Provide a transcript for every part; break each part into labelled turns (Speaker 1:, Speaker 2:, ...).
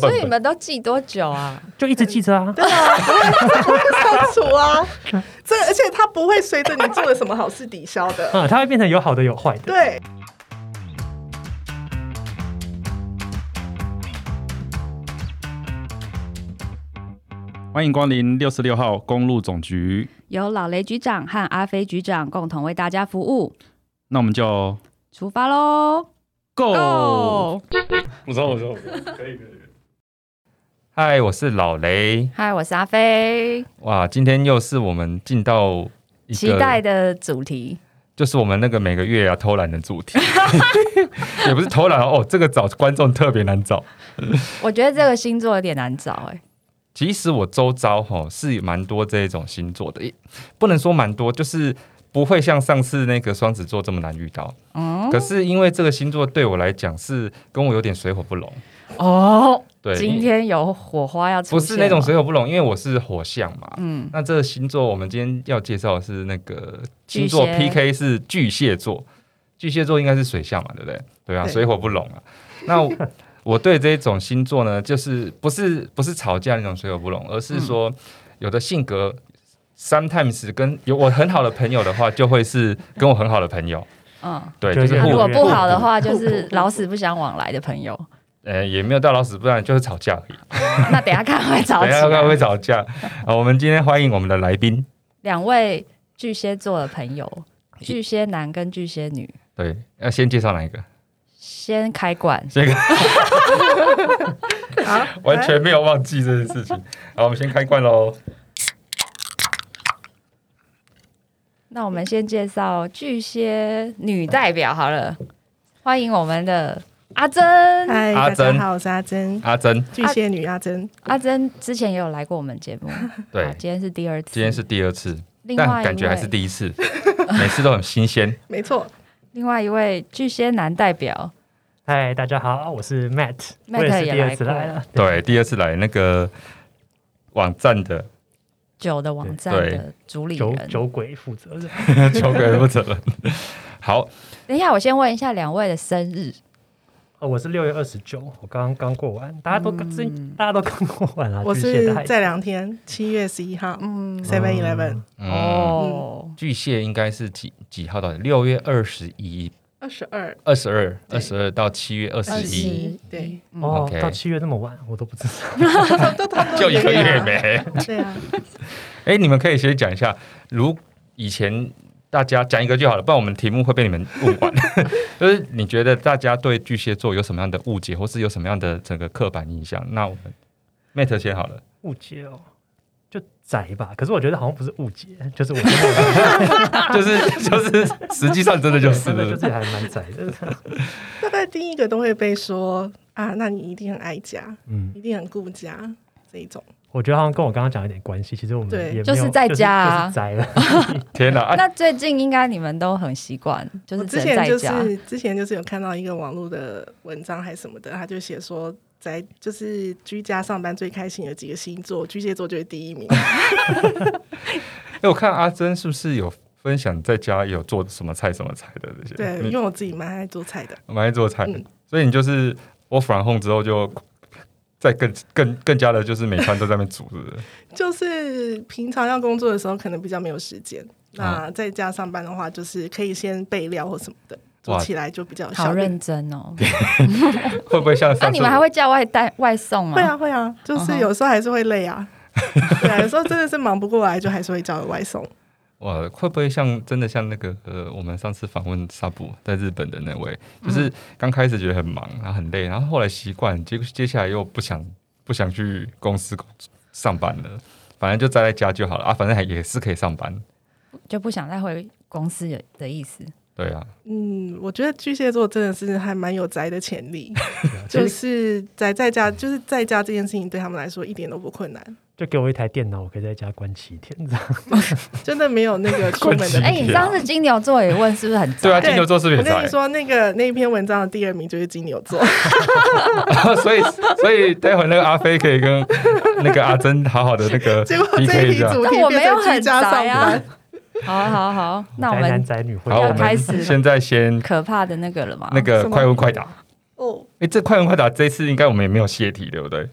Speaker 1: 所以你们都记多久 啊？
Speaker 2: 就一直记着啊。
Speaker 3: 删除啊，这而且它不会随着你做了什么好事抵消的。
Speaker 2: 嗯，它会变成有好的有坏的。
Speaker 3: 对，
Speaker 4: 欢迎光临六十六号公路总局，
Speaker 1: 由老雷局长和阿飞局长共同为大家服务，
Speaker 4: 那我们就
Speaker 1: 出发喽
Speaker 4: Go！
Speaker 1: ！Go！
Speaker 5: 我知道，我知道， 可以可以。嗨，我是老雷。
Speaker 1: 嗨，我是阿飞，
Speaker 5: 哇，今天又是我们进到一个
Speaker 1: 期待，的主题。
Speaker 5: 就是我们那个每个月啊偷懒的主题， 也不是偷懒哦，这个找观众特别难找。
Speaker 1: 我觉得这个星座有点难找哎、
Speaker 5: 其实我周遭哈、哦、是蛮多这种星座的，也不能说蛮多，就是不会像上次那个双子座这么难遇到。
Speaker 1: 嗯，
Speaker 5: 可是因为这个星座对我来讲是跟我有点水火不容，
Speaker 1: 哦，
Speaker 5: 对，
Speaker 1: 今天有火花要出
Speaker 5: 不
Speaker 1: 现，
Speaker 5: 是那种水，火不容，因为我是火象嘛，
Speaker 1: 嗯，
Speaker 5: 那这个星座，我们今天要介绍的是那个星座
Speaker 1: 巨蟹
Speaker 5: PK 是巨蟹座，巨蟹座应该是水象嘛，对不对？对啊，
Speaker 3: 对
Speaker 5: 水火不容啊。那我我对这种星座呢，就是不是不是吵架那种水火不容，而是
Speaker 1: 嗯
Speaker 5: 说有的性格 sometimes 跟有我很好的朋友的话，就会是跟我很好的朋友，
Speaker 1: 嗯。
Speaker 5: 对，
Speaker 2: 就
Speaker 5: 就是是
Speaker 1: 啊
Speaker 2: 互
Speaker 1: 如
Speaker 5: 互
Speaker 1: 果不好的
Speaker 5: 互
Speaker 1: 话，就是老死不相往来的朋 友。
Speaker 5: 呃也没有到老死不然就是吵架而已，
Speaker 1: 那等一下看会 吵
Speaker 5: 等一
Speaker 1: 起
Speaker 5: 下会不会
Speaker 1: 来。
Speaker 5: 吵架？啊，我们今天欢迎我们的来宾，
Speaker 1: 两位巨蟹座的朋友，巨蟹男跟巨蟹女，
Speaker 5: 对，要先介绍哪一个？
Speaker 1: 先开馆。
Speaker 5: 这个。
Speaker 3: 好，
Speaker 5: 完全没有忘记这件事情。好，我们先开罐喽。
Speaker 1: 那我们先介绍巨蟹女代表好了，欢迎我们的阿珍。
Speaker 3: 嗨，大
Speaker 5: 阿
Speaker 3: 家
Speaker 5: 珍
Speaker 3: 好，我是阿珍，
Speaker 5: 阿珍，
Speaker 3: 巨蟹女阿珍。
Speaker 1: 阿珍之前也有来过我们节目，
Speaker 5: 对
Speaker 1: 啊今天是第二次，
Speaker 5: 今天是第二次，
Speaker 1: 另外一
Speaker 5: 但
Speaker 1: 位
Speaker 5: 感觉还是第一次，每次都很新 鲜。
Speaker 3: 没错，
Speaker 1: 另外一位巨蟹男代表，
Speaker 2: 嗨，大家好，我是 Matt，
Speaker 1: Matt
Speaker 2: 我也是第二
Speaker 1: 也
Speaker 2: 次
Speaker 1: 来过
Speaker 2: 来了。
Speaker 5: 对，第二次来那个网站的
Speaker 1: 酒的网站
Speaker 5: 对
Speaker 1: 的主理
Speaker 2: 酒
Speaker 1: 人。
Speaker 2: 酒鬼负责人，
Speaker 5: 求鬼负责人。好，
Speaker 1: 等一下，我先问一下两位的生日，
Speaker 2: 哦，我是六月二十九，我刚刚刚过完，大家都刚，
Speaker 1: 嗯
Speaker 2: 大家都刚过完啊。
Speaker 3: 我
Speaker 2: 巨蟹
Speaker 3: 是
Speaker 2: 的孩子
Speaker 3: 这两天七月十一号
Speaker 1: 嗯，
Speaker 3: ，Seven Eleven
Speaker 5: 哦，
Speaker 1: 哦，
Speaker 5: 巨蟹应该是几几号到底？六月二十一、
Speaker 3: 二十二
Speaker 5: 二十二、
Speaker 3: 对
Speaker 5: 二十二到七月二十
Speaker 1: 21
Speaker 5: 一，
Speaker 3: 嗯对，
Speaker 1: 嗯
Speaker 2: 哦
Speaker 5: OK，
Speaker 2: 到七月那么晚，我都不知道。
Speaker 3: 都差不多
Speaker 5: 就一个月
Speaker 3: 啊。
Speaker 5: 没。
Speaker 3: 对啊，
Speaker 5: 哎，你们可以先讲一下，如以前大家讲一个就好了，不然我们题目会被你们问 完。就是你觉得大家对巨蟹座有什么样的误解，或是有什么样的整个刻板印象？那我们 Mate 先好了，
Speaker 2: 误解 哦，就宅吧。可是我觉得好像不是误解，就是我 真
Speaker 1: 啊
Speaker 5: 就是就是，实际上真的
Speaker 2: 的
Speaker 5: 就是
Speaker 2: 真的
Speaker 5: 了
Speaker 2: 就是还蛮宅的。
Speaker 3: 大概第一个都会被说啊，那你一定很爱家，
Speaker 2: 嗯，
Speaker 3: 一定很顾家这一种。
Speaker 2: 我觉得好像跟我刚刚讲有点关系。其实我们
Speaker 3: 对
Speaker 2: 也没有
Speaker 1: 就是在家啊
Speaker 2: 就是宅了。
Speaker 5: 天哪！啊
Speaker 1: 那最近应该你们都很习惯，就是
Speaker 3: 我
Speaker 1: 只能
Speaker 3: 之前
Speaker 1: 在
Speaker 3: 就
Speaker 1: 家。
Speaker 3: 是之前就是有看到一个网络的文章还是什么的，他就写说。在就是居家上班最开心的几个星座，巨蟹座就是第一名。
Speaker 5: 哎、我看阿珍是不是有分享在家有做什么菜什么菜的这 些？
Speaker 3: 对，因
Speaker 5: 你
Speaker 3: 为我自己蛮爱做菜的。
Speaker 5: 蛮爱做菜的
Speaker 3: 嗯，
Speaker 5: 所以你就是我 from home 之后就。再更更更加的，就是每餐都在那边煮，是不是？
Speaker 3: 就是平常要工作的时候，可能比较没有时间。
Speaker 5: 啊
Speaker 3: 那在家上班的话，就是可以先备料或什么的，做
Speaker 5: 哇
Speaker 3: 起来就比较
Speaker 1: 好
Speaker 3: 效率。
Speaker 1: 认真哦，
Speaker 5: 会不会像
Speaker 1: 那、
Speaker 5: 上次
Speaker 1: 你们还会叫外带外送吗？
Speaker 3: 会啊，会啊，就是有时候还是会累 啊。对啊，有时候真的是忙不过来，就还是会叫外送。
Speaker 5: 哇，会不会像真的像那个呃，我们上次访问萨布在日本的那位，
Speaker 3: 嗯
Speaker 5: 就是刚开始觉得很忙，然后很累，然后后来习惯，结果接下来又不想不想去公司工作上班了，反正就宅在家就好了啊，反正还也是可以上班。
Speaker 1: 就不想再回公司的的意思。
Speaker 5: 对啊，
Speaker 3: 嗯，我觉得巨蟹座真的是还蛮有宅的潜 力，
Speaker 2: 其实
Speaker 3: 就是宅在家，就是在家这件事情对他们来说一点都不困难，
Speaker 2: 就给我一台电脑，我可以在家关七天这样。
Speaker 3: 真的没有那个出门的
Speaker 5: 困
Speaker 1: 哎、
Speaker 3: 必
Speaker 1: 你
Speaker 3: 要。
Speaker 1: 上次金牛座也问是不是很
Speaker 5: 对啊，
Speaker 1: 宅？
Speaker 5: 金牛座是不是
Speaker 3: 我
Speaker 5: 也
Speaker 3: 跟你
Speaker 5: 宅？
Speaker 3: 说，那个那一篇文章的第二名就是金牛座。
Speaker 5: 所以所以待会那个阿飞可以跟那个阿珍好好的那 个
Speaker 3: 结果这一
Speaker 5: PK 一
Speaker 3: 题
Speaker 5: 下。
Speaker 3: 主
Speaker 1: 但
Speaker 3: 题
Speaker 1: 我没
Speaker 3: 变
Speaker 1: 有
Speaker 3: 成居
Speaker 1: 很宅
Speaker 3: 家上
Speaker 1: 啊
Speaker 3: 班，。
Speaker 1: 好啊好好，那我
Speaker 2: 宅男
Speaker 1: 们
Speaker 2: 宅女会
Speaker 5: 好，我
Speaker 1: 要开
Speaker 5: 们
Speaker 1: 始
Speaker 5: 现在先
Speaker 1: 可怕的那个了嘛？
Speaker 5: 那个
Speaker 3: 啊什么
Speaker 5: 快问快答。
Speaker 3: 哦，
Speaker 5: 哎，这快问快答这一次应该我们也没有泄题，对不对？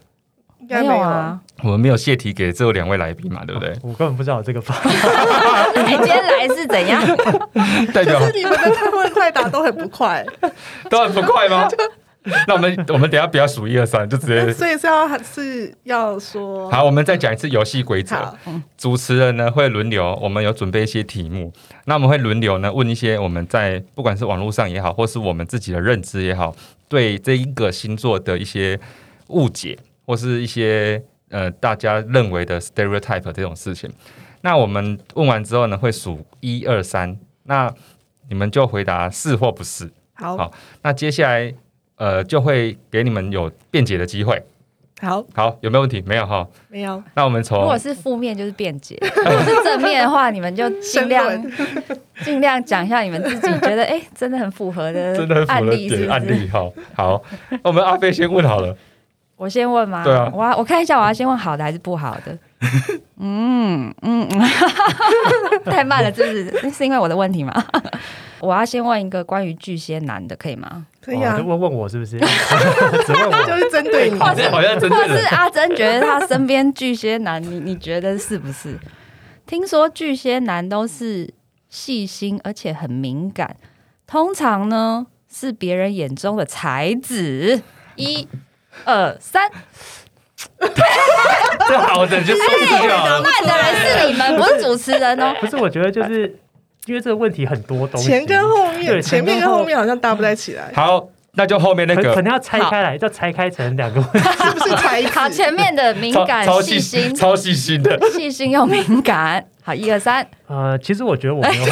Speaker 3: 应该
Speaker 1: 没
Speaker 3: 没
Speaker 1: 有啊，
Speaker 5: 我们没有泄题给这两位来宾嘛，对不 对？
Speaker 2: 我根本不知道有这个法，
Speaker 1: 你哎今天来是怎样？
Speaker 5: 哦代表
Speaker 3: 可是你们的快问快答都很不快，
Speaker 5: 都很不 快吗？那我们我们等一下不要数一二三，就直接
Speaker 3: 所以是要还是要说
Speaker 5: 好，我们再讲一次游戏规则。
Speaker 3: 好
Speaker 5: 主持人呢会轮流，我们有准备一些题目，那我们会轮流呢问一些我们在不管是网络上也好，或是我们自己的认知也好，对这一个星座的一些误解，或是一些呃大家认为的 stereotype 这种事情。那我们问完之后呢，会数一二三，那你们就回答是或不是。
Speaker 3: 好
Speaker 5: 好那接下来呃就会给你们有辩解的机会。
Speaker 3: 好
Speaker 5: 好，有没有问题？没有哈。
Speaker 3: 没有
Speaker 5: 那我们从
Speaker 1: 如果是负面就是辩解，如果是正面的话，你们就尽量
Speaker 3: 申
Speaker 1: 尽量讲一下你们自己觉得哎、诶真的很符合的
Speaker 5: 真的很符
Speaker 1: 案
Speaker 5: 合
Speaker 1: 例，是不
Speaker 5: 点
Speaker 1: 是？
Speaker 5: 案例，好好，那我们阿飞先问好了，
Speaker 1: 我先问吗？
Speaker 5: 对啊
Speaker 1: 我要我看一下，我要先问好的还是不好 的？嗯嗯， 太慢了，是不是？是因为我的问题吗？ 我要先问一个关于巨蟹男的，可以吗？
Speaker 3: 可以啊
Speaker 2: 哦就，问问我是不 是？只问
Speaker 3: 就
Speaker 2: 我，
Speaker 3: 是针对你，
Speaker 5: 这好像针
Speaker 1: 或
Speaker 5: 对
Speaker 1: 是
Speaker 5: 人，
Speaker 1: 阿珍觉得他身边巨蟹男，你你觉得是不是？听说巨蟹男都是细心而且很敏感，通常呢是别人眼中的才子。一、二、 三，
Speaker 5: 这好的你就送出去好了。
Speaker 1: 慢的人是你们，不是主持人哦。
Speaker 2: 不是，我觉得就是因为这个问题很多东西，
Speaker 3: 前跟后面，
Speaker 2: 对
Speaker 3: 前面
Speaker 2: 前跟
Speaker 3: 跟
Speaker 2: 后
Speaker 3: 后面好像搭不太起来，
Speaker 5: 好，那就后面那
Speaker 2: 可可
Speaker 5: 个
Speaker 2: 能要拆开来，要拆开成两个问题。
Speaker 3: 是不是才
Speaker 1: 好，
Speaker 3: 子？
Speaker 1: 前面的敏
Speaker 5: 超
Speaker 1: 感、
Speaker 5: 超
Speaker 1: 细心
Speaker 5: 细、超细心的，
Speaker 1: 细心又敏感。 好，一二三，
Speaker 2: 呃，其实我觉得我 没有，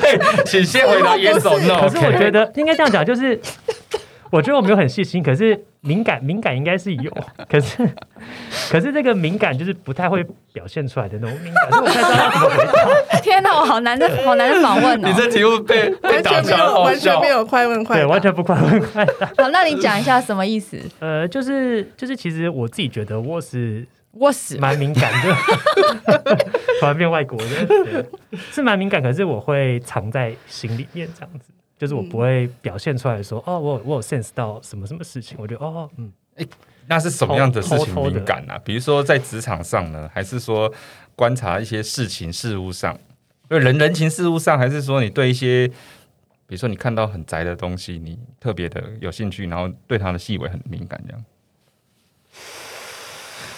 Speaker 5: 嘿请先回答 yes or
Speaker 2: 可是我
Speaker 5: no，OK？
Speaker 2: 觉得应该这样讲，就是我觉得我没有很细心，可是敏感敏感应该是有，可是可是这个敏感就是不太会表现出来的那种敏感，所以我不太知道要怎么回答。
Speaker 1: 天哪，我好难的，好难的访问哦
Speaker 5: 你。这题目被被
Speaker 3: 完
Speaker 5: 打
Speaker 3: 全没
Speaker 5: 枪，
Speaker 3: 有，
Speaker 5: 好
Speaker 3: 完全
Speaker 5: 笑
Speaker 3: 没。有快问 快
Speaker 2: 对，
Speaker 3: 答，
Speaker 2: 完全不快问快答。
Speaker 1: 好，那你讲一下什么意思？
Speaker 2: 呃，就是就是，其实我自己觉得我是
Speaker 1: 我死。
Speaker 2: 蛮敏感 的，突然变外国人，对是蛮敏感，可是我会藏在心里面这样子。就是我不会表现出来说，
Speaker 3: 嗯
Speaker 2: 哦，我有我有 sense 到什么什么事情，我觉得哦，嗯，
Speaker 5: 那是什么样的事情
Speaker 2: 偷偷的
Speaker 5: 敏感啊？比如说在职场上呢，还是说观察一些事情事物上，对人人情事物上，还是说你对一些，比如说你看到很宅的东西，你特别的有兴趣，然后对它的细微很敏感，这样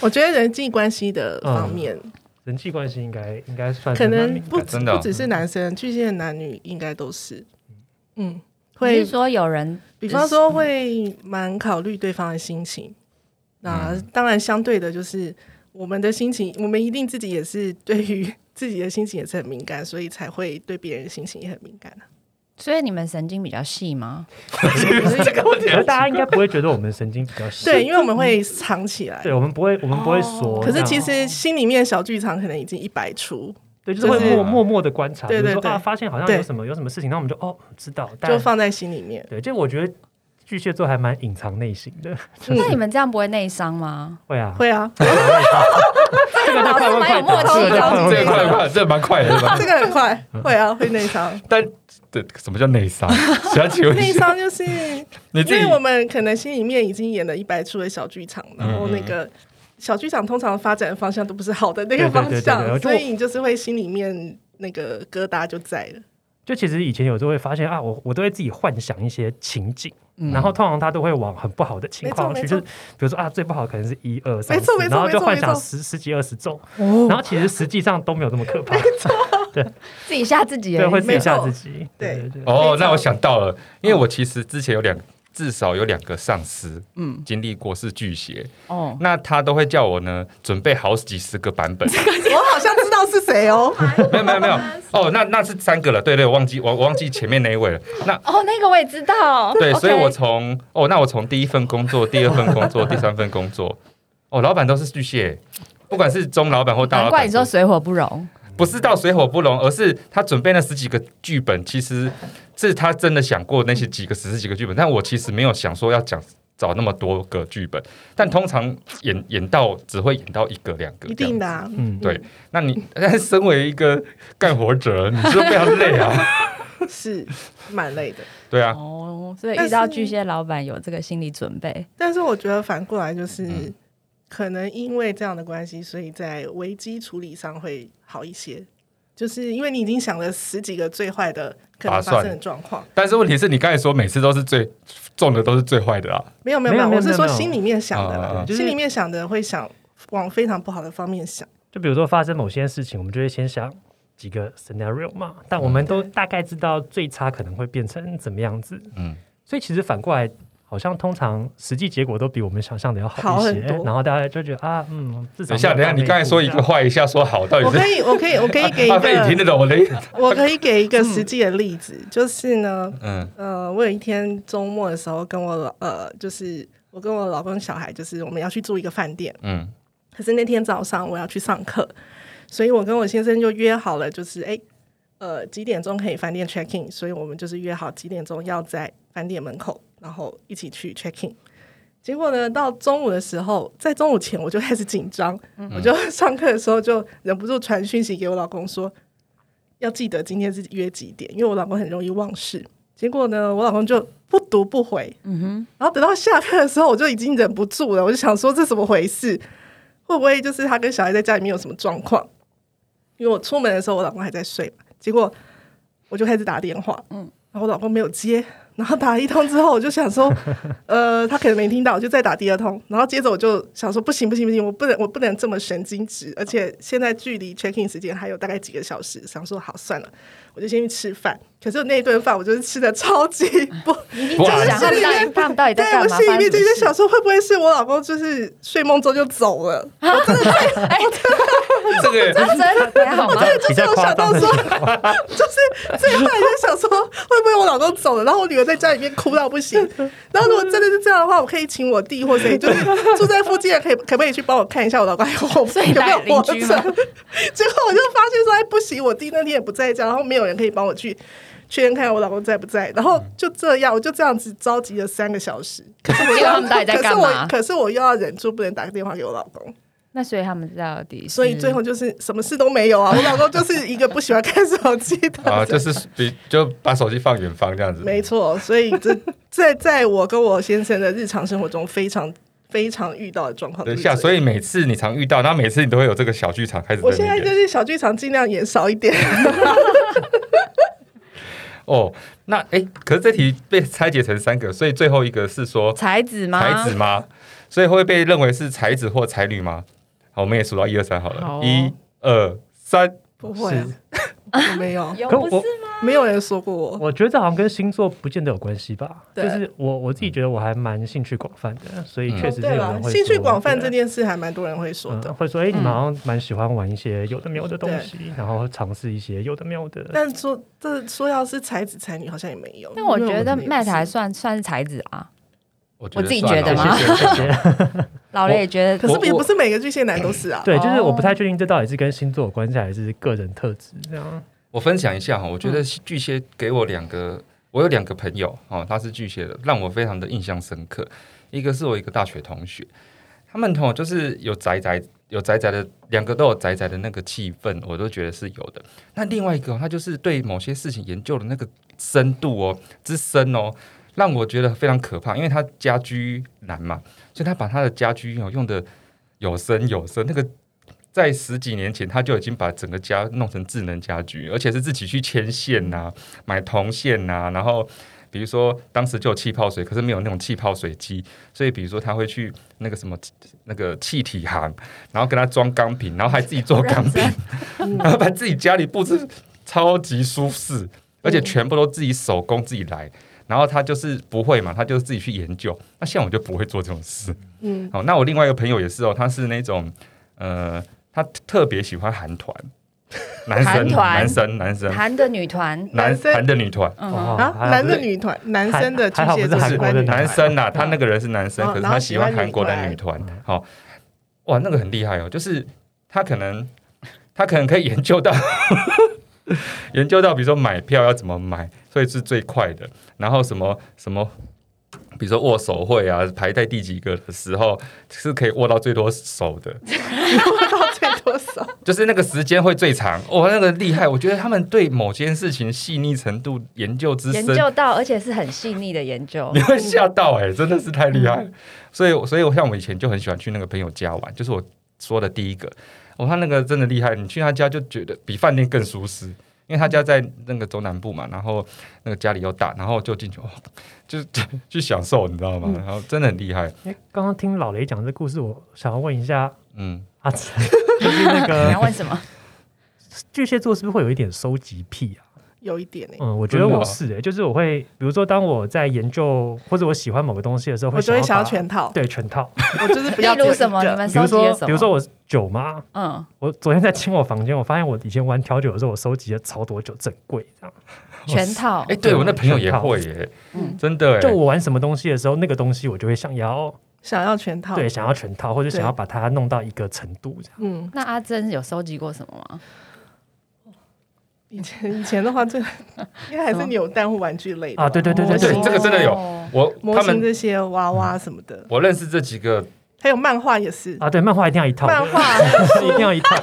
Speaker 3: 我觉得人际关系的方面，
Speaker 2: 人际关系应该应该算是
Speaker 3: 可
Speaker 2: 蛮
Speaker 3: 能
Speaker 2: 敏感
Speaker 3: 不
Speaker 2: 嗯的
Speaker 3: 止
Speaker 5: 真的哦
Speaker 3: 不只是男生，巨蟹男女应该都是，嗯，
Speaker 1: 你
Speaker 3: 会
Speaker 1: 是说有人
Speaker 3: 比方
Speaker 2: 嗯
Speaker 3: 说会蛮考虑对方的心情。那
Speaker 2: 嗯
Speaker 3: 当然，相对的就是我们的心情，我们一定自己也是对于自己的心情也是很敏感，所以才会对别人的心情也很敏感啊、
Speaker 1: 所以你们神经比较细吗？
Speaker 5: 这个问题
Speaker 2: 可是大家应该不会觉得我们神经比较细，
Speaker 3: 对，因为我们会藏起来。
Speaker 2: 对，我们不会，我们不会说。
Speaker 3: 可是
Speaker 2: 那
Speaker 3: 其实心里面小剧场可能已经一百出，
Speaker 2: 对，就是会
Speaker 3: 就是
Speaker 2: 默默默的观察，比
Speaker 3: 对
Speaker 2: 如
Speaker 3: 对
Speaker 2: 说
Speaker 3: 对
Speaker 2: 啊，发现好像
Speaker 3: 对
Speaker 2: 有什么有什么事情，那我们就哦知道，但
Speaker 3: 就放在心里面。
Speaker 2: 对，就我觉得巨蟹座还蛮隐藏内心的，
Speaker 1: 那你们这样不会内伤吗？
Speaker 2: 会啊，
Speaker 3: 会啊，
Speaker 1: 这个老师蛮有默
Speaker 5: 这
Speaker 1: 契
Speaker 5: 个
Speaker 1: 的哦。
Speaker 5: 快这个快快，这个蛮快的，对吧
Speaker 3: 这个很快，会啊，会 内伤。
Speaker 5: 但这什 么叫内 伤？想请问一
Speaker 3: 内
Speaker 5: 下，
Speaker 3: 伤就是
Speaker 5: 你
Speaker 3: 因
Speaker 5: 自己
Speaker 3: 为我们可能心里面已经演了一百出的小剧场，然
Speaker 2: 嗯
Speaker 3: 后那个小剧场通常发展的方向都不是好的那个方
Speaker 2: 对对对对对
Speaker 3: 向，所以你就是会心里面那个疙瘩就在了。
Speaker 2: 就其实以前有时候会发现啊，我我都会自己幻想一些情景，然后通常他都会往很不好的情况去，
Speaker 3: 嗯没
Speaker 2: 就
Speaker 3: 错
Speaker 2: 是
Speaker 3: 没错
Speaker 2: 比如说啊，最不好可能是一二三
Speaker 3: 没错
Speaker 2: 四，
Speaker 3: 没错
Speaker 2: 然后就
Speaker 3: 没错
Speaker 2: 幻想
Speaker 3: 没错哦
Speaker 2: 十十几二十种，然后其实实际上都没有那么 可怕，
Speaker 1: 自己吓自己而
Speaker 2: 对，
Speaker 1: 已。
Speaker 2: 会自己
Speaker 3: 没错
Speaker 2: 吓自己，
Speaker 3: 对
Speaker 2: 对对。
Speaker 5: 哦
Speaker 3: 内，伤
Speaker 5: 那我想到了，因为我其实之前有两至少有两个上司，嗯，经历过是巨蟹，
Speaker 1: 哦，
Speaker 5: 那他都会叫我呢准备好几十个版本，
Speaker 3: 我好像知道是谁 哦，
Speaker 5: 没有没有没有，哦，那那是三个了，对对，我忘记我我忘记前面那一位了，那。
Speaker 1: 哦，那个我也知道。
Speaker 5: 对，
Speaker 1: OK
Speaker 5: 所以我从哦，那我从第一份工作、第二份工作、 第三份工作，哦，老板都是巨蟹，不管是中老板或大
Speaker 1: 难
Speaker 5: 老
Speaker 1: 怪
Speaker 5: 板
Speaker 1: 你
Speaker 5: 都
Speaker 1: 说
Speaker 5: 是，
Speaker 1: 水火不容。
Speaker 5: 不是到水火不容，而是他准备那十几个剧本，其实是他真的想过那些几个十几个剧本，但我其实没有想说要讲找那么多个剧本，但通常演演到只会演到一个两个，
Speaker 3: 一定的、。啊。
Speaker 2: 嗯，
Speaker 5: 对，那你但是身为一个干活者，你是不是非常累啊？
Speaker 3: 是蛮累的。
Speaker 5: 对啊，
Speaker 1: 哦，所以
Speaker 3: 但
Speaker 1: 遇到
Speaker 3: 是
Speaker 1: 巨蟹老板有这个心理准备，
Speaker 3: 但是我觉得反过来就是，
Speaker 5: 嗯
Speaker 3: 可能因为这样的关系，所以在危机处理上会好一些。就是因为你已经想了十几个最坏的可能
Speaker 5: 打
Speaker 3: 发
Speaker 5: 算
Speaker 3: 生的状况，
Speaker 5: 但是问题是你刚才说每次都是最中的都是最坏的啊，
Speaker 3: 没有没有
Speaker 2: 没有
Speaker 3: 有，
Speaker 2: 没有
Speaker 3: 我是
Speaker 2: 没
Speaker 3: 说
Speaker 2: 有哦
Speaker 3: 心里面想的啦，
Speaker 5: 啊
Speaker 2: 就是
Speaker 3: 心里面想的会想往非常不好的方面想。
Speaker 2: 就比如说发生某些事情，我们就会先想几个 scenario 嘛，但我们都大概知道最差可能会变成怎么样子，
Speaker 5: 嗯，
Speaker 2: 所以其实反过来，好像通常实际结果都比我们想象的要好一些，
Speaker 3: 好很多
Speaker 2: 然后大家就觉得啊，嗯，至少
Speaker 5: 等一下，
Speaker 2: 没
Speaker 5: 等
Speaker 2: 有
Speaker 5: 一下，你刚才说一个
Speaker 2: 被
Speaker 5: 坏，一下说好，
Speaker 2: 哦
Speaker 5: 到
Speaker 3: 我
Speaker 5: 底
Speaker 3: 可
Speaker 5: 是
Speaker 3: 以，我可以，我可
Speaker 2: 啊
Speaker 3: 以给一
Speaker 5: 阿贝，你听得
Speaker 3: 个，
Speaker 5: 懂我的意思？
Speaker 3: 我可以给一个实际的例子，就是呢，
Speaker 5: 嗯
Speaker 3: 呃，我有一天周末的时候，跟我老呃，就是我跟我老公小孩，就是我们要去住一个饭店，
Speaker 5: 嗯
Speaker 3: 可是那天早上我要去上课，所以我跟我先生就约好了，就是哎、呃，几点钟可以饭店 check in，所以我们就是约好几点钟要在饭店门口，然后一起去 check in。结果呢，到中午的时候，在中午前我就开始紧张，
Speaker 5: 嗯
Speaker 3: 我就上课的时候就忍不住传讯息给我老公说，要记得今天是约几点，因为我老公很容易忘事。结果呢，我老公就不读不回，
Speaker 1: 嗯哼，
Speaker 3: 然后等到下课的时候，我就已经忍不住了，我就想说这怎么回事？会不会就是他跟小孩在家里面有什么状况？因为我出门的时候，我老公还在睡嘛，结果我就开始打电话，嗯，然后我老公没有接，然后打了一通之后，我就想说，呃，他可能没听到，我就再打第二通，然后接着我就想说，不行不行不行，我不能我不能这么神经质，而且现在距离 check in 时间还有大概几个小时，想说好算了，我就先去吃饭。可是我那一顿饭我就是吃的超级 不
Speaker 1: 你已经
Speaker 5: 我
Speaker 1: 在
Speaker 5: 还
Speaker 1: 想他
Speaker 3: 是
Speaker 1: 们到底
Speaker 3: 里面
Speaker 1: 他们到底哎在
Speaker 3: 对，我
Speaker 1: 干嘛？
Speaker 3: 心里面就
Speaker 1: 发生
Speaker 3: 在
Speaker 1: 什么
Speaker 3: 想说，会不会是我老公就是睡梦中就走了？
Speaker 5: 这个
Speaker 1: 事，啊真的还好
Speaker 2: 我
Speaker 1: 吗
Speaker 2: 觉？得
Speaker 3: 就是有想到说， 就是最后还在想说，会不会我老公走了，然后我女儿在家里面哭到不行。然后如果真的是这样的话，我可以请我弟或谁，就是住在附近的，可以可不可以去帮我看一下我老公还有我
Speaker 1: 所以
Speaker 3: 有没
Speaker 1: 带
Speaker 3: 有
Speaker 1: 邻
Speaker 3: 活着？
Speaker 1: 居吗
Speaker 3: 结果我就发现说，哎，不行，我弟那天也不在家，然后没有人可以帮我去。确认看看我老公在不在，然后就这样，我就这样子着急了三个小时。可是我又
Speaker 1: 结果
Speaker 3: 要
Speaker 1: 他们到底在
Speaker 3: 可是
Speaker 1: 干嘛
Speaker 3: 我可是我又要忍住，不能打个电话给我老公。
Speaker 1: 那所以他们到底是，
Speaker 3: 所以
Speaker 2: 嗯
Speaker 3: 最后就是什么事都没有啊！我老公就是一个不喜欢看手机的人
Speaker 5: 啊，就是比就把手机放远方这样子，
Speaker 3: 没错。所以这在在我跟我先生的日常生活中非常非常遇到的状况。
Speaker 5: 等一
Speaker 3: 就
Speaker 5: 下，
Speaker 3: 是这
Speaker 5: 所
Speaker 3: 样
Speaker 5: 以每次你常遇到，然后每次你都会有这个小剧场开始
Speaker 3: 我
Speaker 5: 在
Speaker 3: 现
Speaker 5: 那
Speaker 3: 在就
Speaker 5: 边。
Speaker 3: 是小剧场尽量演少 一点。
Speaker 5: 哦，那哎、可是这题被拆解成三个，所以最后一个是说
Speaker 1: 才子吗？
Speaker 5: 才子吗？所以会被认为是才子或才女吗？好，我们也数到一二三好
Speaker 1: 好
Speaker 5: 了
Speaker 1: 哦，
Speaker 5: 一二三，
Speaker 3: 不
Speaker 2: 迫
Speaker 3: 会、
Speaker 2: 害
Speaker 3: 啊
Speaker 2: 是，，哦
Speaker 3: 我没有，
Speaker 1: 有
Speaker 2: 可
Speaker 1: 不
Speaker 2: 我
Speaker 1: 是
Speaker 3: 没有人说过我。
Speaker 2: 我觉得这好像跟星座不见得有关系吧，就
Speaker 3: 对
Speaker 2: 是我我自己觉得我还蛮兴趣广泛的，所以
Speaker 5: 嗯
Speaker 2: 确实是有
Speaker 3: 哦对
Speaker 2: 人
Speaker 3: 了，
Speaker 2: 会
Speaker 3: 兴趣
Speaker 2: 说
Speaker 3: 广泛
Speaker 2: 对啊
Speaker 3: 这件事还蛮多人会说的。
Speaker 2: 嗯、会说，哎、你
Speaker 1: 嗯
Speaker 2: 们好像蛮喜欢玩一些有的没有的东西，然后尝试一些有的没有的。
Speaker 3: 但说这说要是才子才女，好像也没有。
Speaker 1: 但我
Speaker 3: 因为
Speaker 1: 觉得
Speaker 3: 们也
Speaker 1: Matt
Speaker 3: 是
Speaker 1: 还算算是才子啊，
Speaker 5: 我
Speaker 1: 我自己觉得
Speaker 5: 算了
Speaker 1: 吗
Speaker 5: 谢谢谢谢
Speaker 1: 老雷也觉
Speaker 3: 可
Speaker 1: 得，
Speaker 3: 是也不是每个巨蟹男都是啊。
Speaker 2: 对，就是我
Speaker 1: 哦
Speaker 2: 不太确定这到底是跟星座有关系，还是个人特质这样。
Speaker 5: 我分享一下哈，我觉得巨蟹给我两个，我有两个朋友哦，他是巨蟹的，让我非常的印象深刻。一个是我一个大学同学，他们哦就是有宅宅有宅宅的，两个都有宅宅的那个气氛，我都觉得是有的。那另外一个哦、他就是对某些事情研究的那个深度哦之深哦，让我觉得非常可怕，因为他家居难嘛，所以他把他的家居哦用的有声有色，那个在十几年前，他就已经把整个家弄成智能家居，而且是自己去牵线呐、买铜线呐、然后比如说当时就有气泡水，可是没有那种气泡水机，所以比如说他会去那个什么那个气体行，然后跟他装钢瓶，然后还自己做钢瓶，然后把自己家里布置超级舒适，而且全部都自己手工自己来。然后他就是不会嘛，他就自己去研究。那像我就不会做这种事。
Speaker 3: 嗯，
Speaker 5: 好，那我另外一个朋友也是哦，他是那种呃，他特别喜欢韩团，男
Speaker 1: 韩
Speaker 5: 生
Speaker 1: 团
Speaker 5: 男生男生
Speaker 1: 韩的女团，
Speaker 5: 男
Speaker 3: 男生
Speaker 5: 韩的女团，
Speaker 1: 嗯，
Speaker 2: 哦
Speaker 3: 啊，
Speaker 2: 还好
Speaker 3: 男的
Speaker 2: 就是
Speaker 3: 女团，男生的巨
Speaker 2: 还好不
Speaker 3: 蟹
Speaker 2: 是
Speaker 3: 座
Speaker 2: 韩
Speaker 3: 喜
Speaker 2: 国
Speaker 3: 欢
Speaker 2: 的
Speaker 3: 女团
Speaker 5: 男生呐、他那个人是男生，
Speaker 3: 哦
Speaker 5: 可是
Speaker 3: 然后
Speaker 5: 他喜欢
Speaker 3: 喜欢
Speaker 5: 韩国的
Speaker 3: 女
Speaker 5: 女团。好、哇，那个很厉害哦，就是他可能他可能可以研究到 研究到，比如说买票要怎么买，所以是最快的。然后什么什么比如说握手会啊，排在第几个的时候是可以握到最多手的，
Speaker 3: 握到最多少？
Speaker 5: 就是那个时间会最长。哇、那个厉害！我觉得他们对某件事情细腻程度研究之
Speaker 1: 研
Speaker 5: 深，
Speaker 1: 究到，而且是很细腻的研究
Speaker 5: 你。会吓到哎、真的是太厉害了。所以，所以我像我以前就很喜欢去那个朋友家玩，就是我说的第一个。哦，他那个真的厉害，你去他家就觉得比饭店更舒适，因为他家在那个中南部嘛，然后那个家里又大，然后就进去，哦、就 去享受，你知道吗？然后真的很厉害，
Speaker 2: 哎刚刚听老雷讲这故事，我想要问一下
Speaker 5: 嗯，
Speaker 2: 阿成， 就是那
Speaker 1: 你 要
Speaker 2: 个
Speaker 1: 问什么？
Speaker 2: 巨蟹座是不是会有一点收集癖啊？
Speaker 3: 有一点哎、
Speaker 2: 嗯，我觉得我
Speaker 1: 哦
Speaker 5: 真的
Speaker 2: 是诶、就是我会，比如说当我在研究或者我喜欢某个东西的时候，
Speaker 3: 我就会想要
Speaker 2: 把
Speaker 3: 全套，
Speaker 2: 对全套，
Speaker 3: 我就是不 要
Speaker 1: 例如
Speaker 3: 只有一
Speaker 1: 什么？
Speaker 3: 个
Speaker 1: 你们
Speaker 2: 比如
Speaker 1: 收集
Speaker 2: 说
Speaker 1: 了什么？
Speaker 2: 比如说我酒嘛，
Speaker 1: 嗯，
Speaker 2: 我昨天在清我房间，我发现我以前玩调酒的时候，我收集了超多酒，整柜这样。
Speaker 1: 全套
Speaker 5: 哎、。对我那朋友也会耶、
Speaker 1: 嗯
Speaker 5: 真的哎、
Speaker 2: 就我玩什么东西的时候，那个东西我就会想要
Speaker 3: 想要全套，
Speaker 2: 对想要全套，或者想要把它弄到一个程度这样。
Speaker 3: 嗯，
Speaker 1: 那阿珍有收集过什么吗？
Speaker 3: 以前以前的 话，这应该还是扭蛋或玩具类的
Speaker 2: 啊对对对对对
Speaker 5: 这个真的有
Speaker 1: 哦
Speaker 5: 我
Speaker 3: 模
Speaker 5: 他
Speaker 3: 型
Speaker 5: 们
Speaker 3: 这些娃娃什么的，
Speaker 5: 我认识这几个，
Speaker 3: 还有漫画也是。
Speaker 2: 啊，对，漫画一定要一套，
Speaker 3: 漫画，
Speaker 2: 是 一定要一套。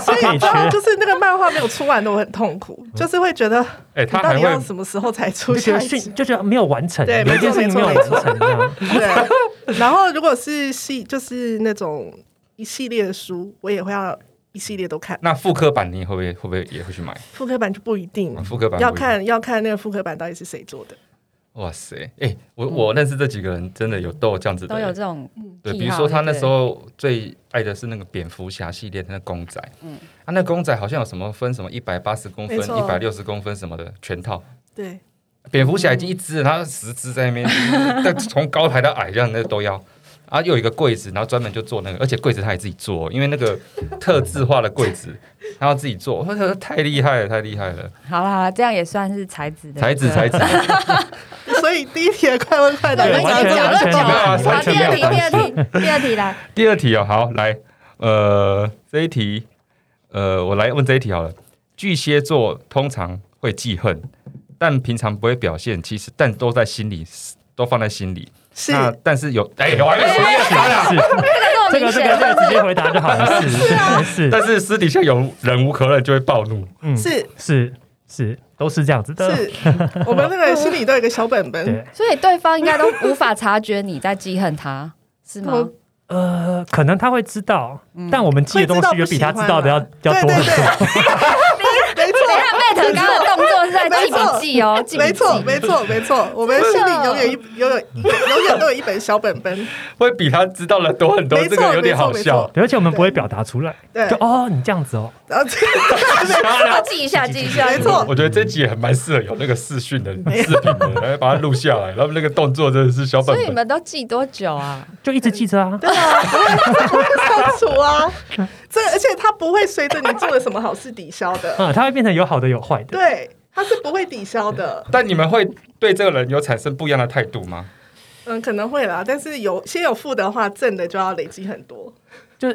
Speaker 3: 所以
Speaker 2: 可
Speaker 3: 你
Speaker 2: 以
Speaker 3: 知道，
Speaker 2: 缺
Speaker 3: 就是那个漫画没有出完的，我很痛苦，就是会觉得你
Speaker 5: 哎、他
Speaker 3: 到
Speaker 5: 还
Speaker 3: 底
Speaker 5: 会
Speaker 3: 要什么时候才出
Speaker 2: 就觉
Speaker 3: 下
Speaker 2: 得
Speaker 3: 一集
Speaker 2: 训就觉得没有完成，
Speaker 3: 对
Speaker 2: 有一件事情没有完成这样。
Speaker 3: 对，然后如果是系就是那种一系列的书，我也会要一系列都看。
Speaker 5: 那复刻版你会不会会不会也会去买？
Speaker 3: 复刻版就不一定，
Speaker 5: 啊复刻版
Speaker 3: 要
Speaker 5: 不一定
Speaker 3: 看要看那个复刻版到底是谁做的。
Speaker 5: 哇塞，哎、我我认识这几个人，真的有都有这样子的
Speaker 1: 都
Speaker 5: 人，
Speaker 1: 有这种
Speaker 5: 对，
Speaker 1: 癖
Speaker 5: 比如
Speaker 1: 好
Speaker 5: 说他
Speaker 1: 对不
Speaker 5: 那
Speaker 1: 对
Speaker 5: 时候最爱的是那个蝙蝠侠系列的那公仔，嗯，啊，那公仔好像有什么分什么一百八十公分、
Speaker 3: 没错
Speaker 5: 一百六十公分什么的全套。
Speaker 3: 对，
Speaker 5: 蝙蝠侠已经一只了，然后十只在那边，就是但从高排到矮这样那都要。啊，又有一个柜子，然后专门就做那个，而且柜子他也自己做哦，因为那个特制化的柜子，然后自己做，我觉得太厉害了，太厉害了，
Speaker 1: 好啦好啦，这样也算是才子的
Speaker 5: 才 子才
Speaker 1: 子。
Speaker 5: 子，
Speaker 3: 所以第一题的快问快答，
Speaker 1: 对
Speaker 2: 对
Speaker 3: 你讲
Speaker 2: 完
Speaker 3: 得
Speaker 2: 全
Speaker 3: 这样
Speaker 2: 完全
Speaker 1: 讲了
Speaker 2: 没有
Speaker 5: 讲了
Speaker 1: 好，
Speaker 5: 完
Speaker 1: 第
Speaker 5: 全没
Speaker 1: 二
Speaker 5: 有
Speaker 1: 题，第二题，第二题来。
Speaker 5: 第二题哦，好，来，呃，这一题，呃，我来问这一题好了。巨蟹座通常会记恨，但平常不会表现，其实但都在心里，都放在心里。
Speaker 3: 是
Speaker 5: 那但是有，哎、我还没说一 二三啊
Speaker 2: 是
Speaker 1: 这么
Speaker 2: 这个这
Speaker 1: 明
Speaker 2: 个
Speaker 1: 显，
Speaker 2: 这个直接回答就好了，是
Speaker 3: 啊
Speaker 2: 是
Speaker 5: 但是私底下有忍无可忍就会暴怒。
Speaker 2: 嗯
Speaker 3: 是
Speaker 2: 是是，都是这样子的。
Speaker 3: 是，我们那个心里都有一个小本本，
Speaker 2: 对，
Speaker 1: 所以对方应该都无法察觉你在记恨 他，是吗？
Speaker 3: 我
Speaker 2: 呃，可能他会知道，
Speaker 3: 嗯
Speaker 2: 但我们记
Speaker 3: 会
Speaker 2: 的东
Speaker 3: 知道
Speaker 2: 西
Speaker 3: 不
Speaker 2: 远比
Speaker 3: 喜
Speaker 2: 他
Speaker 3: 欢
Speaker 2: 知道的要
Speaker 3: 嘛
Speaker 2: 要
Speaker 3: 对
Speaker 2: 多
Speaker 3: 啊对
Speaker 2: 很多。
Speaker 3: 对，啊没错
Speaker 1: 等一。下，贝特刚刚的动作是在记笔记哦， 记笔
Speaker 3: 没
Speaker 1: 记。
Speaker 3: 错，没错，没错，我们心里永远一永远永远都有一本小本本，
Speaker 5: 会比他知道的多很多，
Speaker 3: 没错
Speaker 5: 这个有点好
Speaker 3: 没错没
Speaker 5: 笑
Speaker 3: 错。
Speaker 2: 对而且我们不会表达出来，
Speaker 3: 对
Speaker 2: 就哦，你这样子哦，
Speaker 3: 然后 这个
Speaker 1: 要记一下，记一下。
Speaker 3: 没错
Speaker 5: 我觉得这集也很蛮适合有那个视讯的视频的，来把它录下来。他们那个动作真的是小本
Speaker 1: 所以你
Speaker 5: 本，
Speaker 1: 们都记多久啊？
Speaker 2: 就一直记着啊。
Speaker 3: 对啊，不会不会删除啊，这而且它不会随着你做了什么好事抵消 的，
Speaker 2: 嗯，它会变成有好的有坏的。
Speaker 3: 对，它是不会抵消的。
Speaker 5: 但你们会对这个人有产生不一样的态度 吗？
Speaker 3: 嗯，可能会啦，但是有先有负的话，正的就要累积很多。
Speaker 2: 就是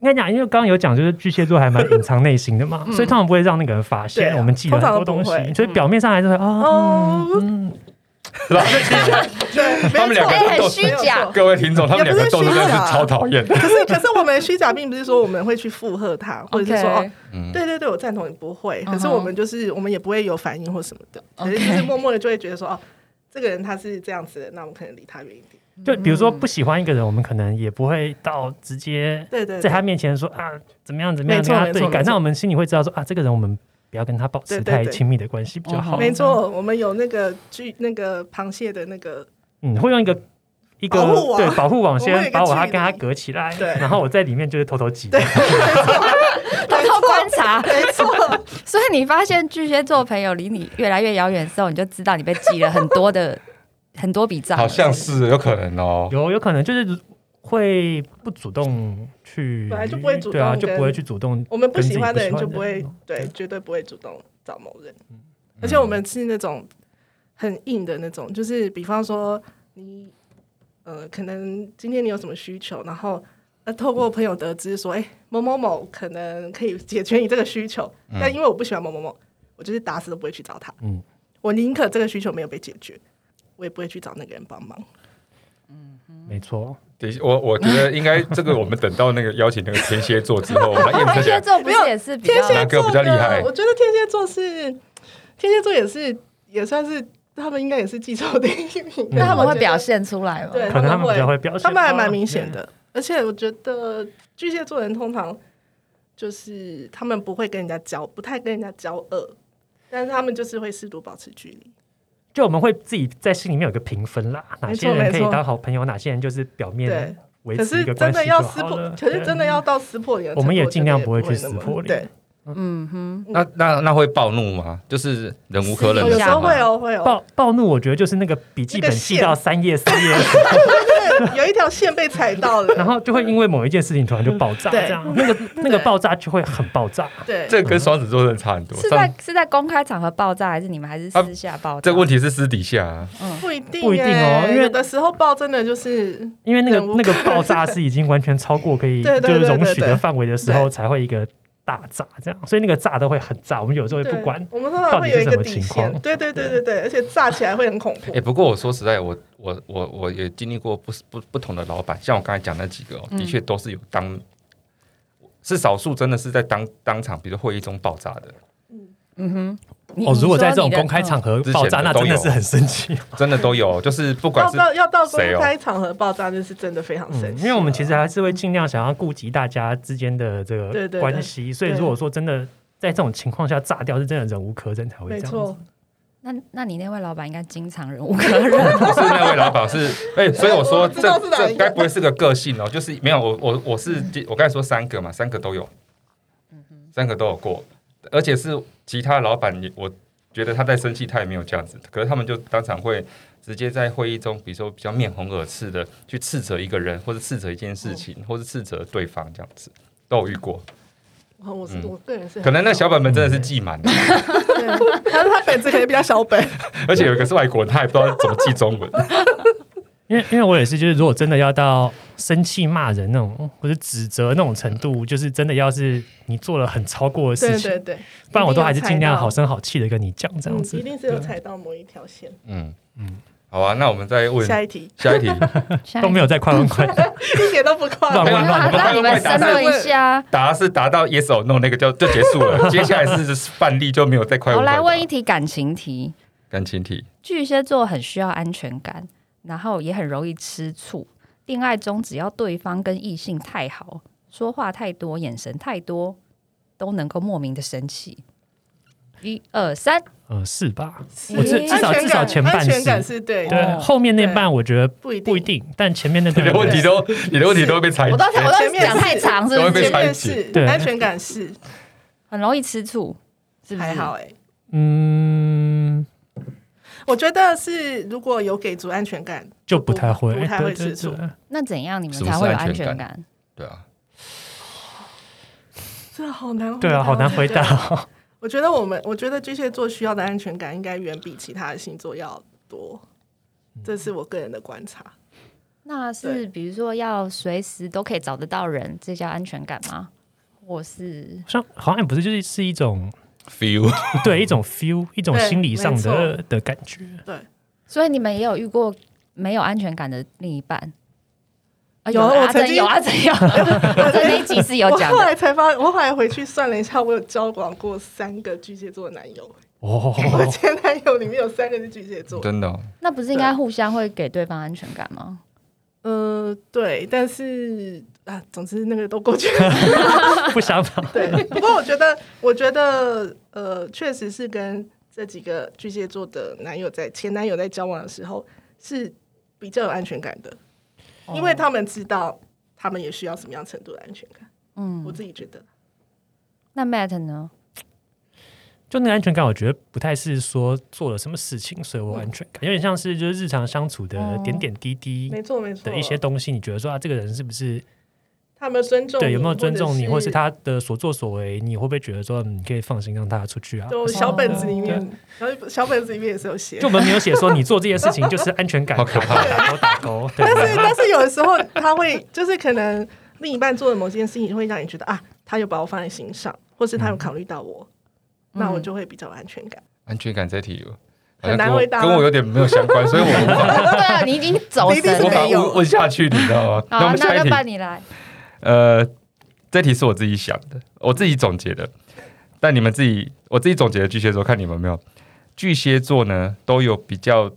Speaker 2: 应该讲，因为刚刚有讲，就是巨蟹座还蛮隐藏内心的嘛，所以通常不会让那个人发
Speaker 3: 嗯对
Speaker 2: 现
Speaker 3: 啊
Speaker 2: 我们记了很多东
Speaker 3: 通常都不
Speaker 2: 西，
Speaker 3: 会嗯
Speaker 2: 所以表面上还是会啊，
Speaker 3: 哦
Speaker 2: 嗯嗯
Speaker 5: 然后就觉得
Speaker 3: 对，没
Speaker 5: 嗯他们两
Speaker 3: 错
Speaker 5: 个
Speaker 1: 哎，
Speaker 5: 都
Speaker 1: 很虚
Speaker 3: 没
Speaker 1: 假
Speaker 3: 有。错
Speaker 5: 各位听众，他们两个斗争真的是超讨厌的。
Speaker 3: 可是可是我们虚假并不是说我们会去附和他，或者是说哦
Speaker 1: OK，，
Speaker 5: 嗯
Speaker 3: 对对对，我赞同你不会。
Speaker 1: 嗯哼
Speaker 3: 可是我们就是我们也不会有反应或什么的，可是
Speaker 1: OK
Speaker 3: 就是默默的就会觉得说哦，这个人他是这样子的，那我们可能离他远一点。
Speaker 2: 就嗯比如说不喜欢一个人，我们可能也不会到直接
Speaker 3: 对对
Speaker 2: 在
Speaker 3: 对
Speaker 2: 他面前说啊怎么样怎么样
Speaker 3: 没错
Speaker 2: 跟他
Speaker 3: 没错
Speaker 2: 对
Speaker 3: 没
Speaker 2: 感，
Speaker 3: 错
Speaker 2: 但我们心里会知道说啊这个人我们不要跟他保持
Speaker 3: 对对
Speaker 2: 太
Speaker 3: 对
Speaker 2: 亲密的关系比较好。
Speaker 3: 没错，我们有那个巨那个螃蟹的那个
Speaker 2: 嗯，会用一个一个
Speaker 3: 保护网
Speaker 2: 对保护网
Speaker 3: 我们有一
Speaker 2: 先
Speaker 3: 个
Speaker 2: 把我
Speaker 3: 距
Speaker 2: 他
Speaker 3: 离
Speaker 2: 跟他隔起来，
Speaker 3: 对
Speaker 2: 然后我在里面就是偷偷挤。
Speaker 3: 对
Speaker 1: 偷偷观察。
Speaker 3: 没错，
Speaker 1: 所以你发现巨蟹座朋友离你越来越遥远的时候，你就知道你被记了很多的 很多笔
Speaker 3: 啊
Speaker 1: 账了。
Speaker 5: 好像是有可能哦，
Speaker 2: 有有可能就是会不主动去，
Speaker 3: 本来就不会主动
Speaker 2: 对啊，就
Speaker 3: 跟
Speaker 2: 不会去主动。
Speaker 3: 我们不喜欢的人
Speaker 2: 跟自
Speaker 3: 就
Speaker 2: 己
Speaker 3: 不
Speaker 2: 不喜欢的人
Speaker 3: 会对，嗯绝对不会主动找某人，而且我们是那种很硬的那种，就是比方说你呃，可能今天你有什么需求，然后。呃，透过朋友得知说，哎、某某某可能可以解决你这个需求，但因为我不喜欢某某某，我就是打死都不会去找他。
Speaker 2: 嗯
Speaker 3: 我宁可这个需求没有被解决，我也不会去找那个人帮忙。
Speaker 2: 没错，
Speaker 5: 等一下我我觉得应该这个我们等到那个邀请那个天蝎座之后，我们来验证
Speaker 1: 天
Speaker 5: 一下
Speaker 1: 蝎。座不是也是比
Speaker 3: 天
Speaker 1: 较
Speaker 3: 蝎
Speaker 5: 哪个
Speaker 3: 座
Speaker 5: 比较厉
Speaker 3: 的
Speaker 5: 害
Speaker 3: 我觉得天蝎座是天蝎座也是也算是他们应该也是记仇的一名，
Speaker 2: 嗯
Speaker 1: 那他们会表
Speaker 3: 现，
Speaker 1: 现出来吗？
Speaker 3: 对，
Speaker 2: 可能他们比较会表现，哦
Speaker 3: 他们还蛮明显的。
Speaker 2: 嗯
Speaker 3: 而且我觉得巨蟹座人通常就是他们不会跟人家交，不太跟人家交恶，但是他们就是会适度保持距离。
Speaker 2: 就我们会自己在心里面有一个评分啦，哪些
Speaker 3: 没错
Speaker 2: 人可以
Speaker 3: 没错
Speaker 2: 当好朋友，哪些人就是表
Speaker 3: 对
Speaker 2: 面维
Speaker 3: 可
Speaker 2: 持
Speaker 3: 是
Speaker 2: 一个关
Speaker 3: 真
Speaker 2: 系
Speaker 3: 的
Speaker 2: 就好
Speaker 3: 要
Speaker 2: 了
Speaker 3: 撕破，可
Speaker 2: 对
Speaker 3: 是真的要到撕破脸的程度，
Speaker 2: 我们也
Speaker 3: 觉得
Speaker 2: 尽量
Speaker 3: 也
Speaker 2: 不
Speaker 3: 不
Speaker 2: 会去
Speaker 3: 那
Speaker 2: 撕
Speaker 3: 么
Speaker 2: 破脸
Speaker 3: 对，
Speaker 1: 嗯哼，
Speaker 5: 那那那会暴怒吗？就是忍无可忍
Speaker 3: 有
Speaker 5: 的
Speaker 1: 私底
Speaker 3: 时
Speaker 5: 时
Speaker 1: 下
Speaker 3: 候
Speaker 5: 候
Speaker 3: 会哦，会哦，
Speaker 2: 暴暴怒，我觉得就是那个笔记本记到三页四页，
Speaker 3: 有一条线被踩到
Speaker 2: 然
Speaker 3: 了，
Speaker 2: 后就会因为某一件事情突然就爆炸，
Speaker 3: 对
Speaker 2: 这样那个那个爆炸就会很爆炸。
Speaker 3: 对，
Speaker 5: 这跟双子座真的差很多。
Speaker 1: 是在是在公开场合爆炸，还是你们还是私下爆炸？
Speaker 5: 这个问题是私底下、啊，
Speaker 3: 不一定、欸，
Speaker 2: 不一定哦因为
Speaker 3: 有的时候爆真的就是
Speaker 2: 因为那
Speaker 3: 忍
Speaker 2: 个
Speaker 3: 无
Speaker 2: 那
Speaker 3: 可
Speaker 2: 个爆炸是已经完全超过可以
Speaker 3: 对对
Speaker 2: 就
Speaker 3: 对
Speaker 2: 是容许
Speaker 3: 对
Speaker 2: 的
Speaker 3: 对
Speaker 2: 范围的时候，才会一个大炸这样，所以那个炸都会很炸。我们有时候会
Speaker 3: 对
Speaker 2: 不管，
Speaker 3: 我们通常会有一个底
Speaker 2: 到底是什么情
Speaker 3: 线
Speaker 2: 况，
Speaker 3: 对对对对对，而且炸起来会很恐 怖
Speaker 5: 哎、。不过我说实在，我我我我也经历过不是不不同的老板，像我刚才讲那几个、哦，
Speaker 3: 嗯
Speaker 5: 的确都是有当，是少数真的是在当当场，比如会议中爆炸的，
Speaker 1: 嗯哼，你
Speaker 2: 哦，如果在这种
Speaker 1: 你说你的
Speaker 2: 公开场合
Speaker 3: 嗯
Speaker 5: 之前
Speaker 2: 爆炸，
Speaker 5: 的
Speaker 2: 那
Speaker 5: 都
Speaker 2: 真的
Speaker 5: 有
Speaker 2: 是很生气。
Speaker 5: 真的都有，就是不管
Speaker 3: 要
Speaker 5: 是
Speaker 3: 到要到公
Speaker 5: 谁哦
Speaker 3: 开场合爆炸，那是真的非常
Speaker 2: 嗯
Speaker 3: 神奇、
Speaker 2: 因为我们其实还是会尽量想要顾及大家之间的这
Speaker 3: 对
Speaker 2: 个
Speaker 3: 对
Speaker 2: 关系，所以如果说真的在这种情况下炸掉，是真的忍无可忍才会
Speaker 3: 没
Speaker 2: 这样
Speaker 3: 错
Speaker 2: 子。，
Speaker 1: 那那你那位老板应该经常忍无可忍，
Speaker 5: 不是那位老板是，哎、所以我说
Speaker 3: 我知
Speaker 5: 这
Speaker 3: 道是哪一个
Speaker 5: 这该不会是个个性哦？就是没有我我我是我刚才说三个嘛，三个都有，
Speaker 3: 嗯
Speaker 5: 三个都有过，而且是其他老板也，我觉得他在生气，他也没有这样子，可是他们就当场会直接在会议中，比如说比较面红耳赤的去斥责一个人，或者斥责一件事情，
Speaker 3: 嗯
Speaker 5: 或者斥责对方这样子。都有遇过，
Speaker 3: 我我是、
Speaker 5: 嗯
Speaker 3: 我个人是很
Speaker 5: 可能那小本本真的是记满 的，
Speaker 3: 对，他他本子可能比较小 本，
Speaker 5: 而且有一个是外国人，他也不知道怎么记中文。
Speaker 2: 因为因为我也是，就是如果真的要到生气骂人那种，或者指责那种程度，就是真的要是你做了很超过的事
Speaker 3: 对
Speaker 2: 情，
Speaker 3: 对对，
Speaker 2: 不然我都还是尽量好
Speaker 3: 一定
Speaker 2: 声好气的跟你讲这样
Speaker 3: 有踩到
Speaker 2: 子。
Speaker 3: 嗯一定是有
Speaker 2: 对
Speaker 3: 踩到某一条线。
Speaker 5: 嗯嗯，好啊，那我们再问
Speaker 3: 下一题
Speaker 5: 下一题。
Speaker 2: 都没
Speaker 1: 有。
Speaker 2: 有在快问快 答，
Speaker 3: 一点都不 夸
Speaker 2: 乱
Speaker 5: 没有
Speaker 2: 问
Speaker 5: 啊
Speaker 2: 乱
Speaker 5: 我们
Speaker 2: 问。
Speaker 1: 让你们
Speaker 5: 快
Speaker 1: 申
Speaker 5: 问
Speaker 1: 论一下。
Speaker 5: 答是答到 yes or no 那个就就结束了，接下来是范例就没有再快
Speaker 1: 我来问一
Speaker 5: 一
Speaker 1: 题感情题：
Speaker 5: 感情题，
Speaker 1: 巨蟹座很需要安全感，然后也很容易吃醋。恋爱中只要对方跟异性太好，说话太多，眼神太多，都能够莫名的生气。一二三，
Speaker 2: 呃，是吧？
Speaker 1: 是
Speaker 2: 我至至少
Speaker 3: 安全感
Speaker 2: 至少前半
Speaker 3: 安全感
Speaker 2: 是，
Speaker 3: 是啊对，
Speaker 2: 对
Speaker 1: 哦
Speaker 2: 后面那半我觉得
Speaker 3: 不一定
Speaker 2: 不一定，但前面那
Speaker 5: 你
Speaker 2: 段
Speaker 5: 的问 题都你的问题都会被裁
Speaker 1: 我
Speaker 5: 决
Speaker 1: 都。我
Speaker 3: 前
Speaker 1: 都
Speaker 3: 面
Speaker 1: 讲太长，是
Speaker 5: 都会
Speaker 1: 不
Speaker 5: 被
Speaker 1: 是
Speaker 3: 前
Speaker 5: 排
Speaker 3: 面
Speaker 5: 挤
Speaker 3: 是
Speaker 2: 对
Speaker 3: 安全感是
Speaker 1: 很容易吃醋？是不是
Speaker 3: 还好哎、
Speaker 2: 嗯
Speaker 3: 我觉得是如果有给足安全感，
Speaker 2: 就不太会，
Speaker 3: 不不太会
Speaker 2: 对对
Speaker 3: 吃醋
Speaker 2: 对
Speaker 1: 那怎样你们
Speaker 5: 什么
Speaker 1: 才
Speaker 5: 是
Speaker 1: 会有安
Speaker 5: 安全
Speaker 1: 全
Speaker 5: 感
Speaker 1: 感？
Speaker 5: 对啊，
Speaker 3: 这好难回答。
Speaker 2: 对啊，好难回答哦。
Speaker 3: 我觉得我们，我觉得巨蟹座需要的安全感应该远比其他的星座要多，
Speaker 2: 嗯
Speaker 3: 这是我个人的观察。
Speaker 1: 那是比如说要随时都可以找得到人，这叫安全感吗？我是
Speaker 2: 像好像也不是，就是是一种
Speaker 5: feel
Speaker 2: 对一种 feel，一种
Speaker 3: 对
Speaker 2: 心理上
Speaker 3: 没
Speaker 2: 的
Speaker 3: 错
Speaker 2: 的感觉。
Speaker 1: 所以你们也有遇过没有安全感的另一半？啊
Speaker 3: 有
Speaker 1: 啊
Speaker 3: 我
Speaker 1: 阿
Speaker 3: 曾
Speaker 1: 珍
Speaker 3: 经
Speaker 1: 有阿珍有，阿珍那一集是有
Speaker 3: 我
Speaker 1: 讲
Speaker 3: 后
Speaker 1: 的。
Speaker 3: 来才发，我后来回去算了一下，我有交往过三个巨蟹座的男友，
Speaker 2: 哦，
Speaker 3: 我前男友里面有三个是巨蟹座。
Speaker 5: 真的哦
Speaker 1: 那不是应该互相会给对方安全感吗？
Speaker 3: 呃，对，但是啊，总之那个都过去了。
Speaker 2: 不想法。
Speaker 3: 对， 不过我觉得，我觉得，呃，确实是跟这几个巨蟹座的男友在前男友在交往的时候是比较有安全感的，
Speaker 2: 哦
Speaker 3: 因为他们知道他们也需要什么样程度的安全感。我
Speaker 1: 嗯，
Speaker 3: 自己觉得，
Speaker 1: 那 Matt 呢？
Speaker 2: 就那个安全感，我觉得不太是说做了什么事情，所以我有安全感，有点像是就是日常相处的
Speaker 1: 哦
Speaker 2: 点点滴滴
Speaker 3: 没错没错，
Speaker 2: 的一些东西，你觉得说啊，这个人是不是
Speaker 3: 他们尊重
Speaker 2: 对
Speaker 3: 你
Speaker 2: 有没有尊重你，或
Speaker 3: 或
Speaker 2: 是他的所作所为，你会不会觉得说嗯你可以放心让他出去啊？
Speaker 3: 就小本子里面，然后小本子里面也是有写
Speaker 2: 就。我们没有写说你做这件事情就是安全 感，
Speaker 5: 好可怕
Speaker 2: 打勾打 勾。对
Speaker 3: 但 是但是有的时候他会就是可能另一半做的某件事情会让你觉得啊，他有把我放在嗯心上，或是他有考虑到我，那我就会比较有安全感。
Speaker 5: 安全感这题好
Speaker 3: 很
Speaker 5: 像跟
Speaker 3: 难
Speaker 5: 我
Speaker 3: 回答
Speaker 5: 跟我有点没有相关，所以我无法
Speaker 1: 对啊， 你已经走
Speaker 3: 你一定
Speaker 1: 神
Speaker 3: 是
Speaker 5: 无
Speaker 1: 了。
Speaker 5: 法
Speaker 3: 没有
Speaker 5: 问问下去，你知道吗？那我
Speaker 1: 好，啊
Speaker 5: 们下
Speaker 1: 那
Speaker 5: 一
Speaker 1: 就
Speaker 5: 题，
Speaker 1: 换你来。
Speaker 5: 呃，这题是我自己想的，我自己总结的，但你们自己我自己总结的巨蟹座，看你们有没有。巨蟹座呢，都有比较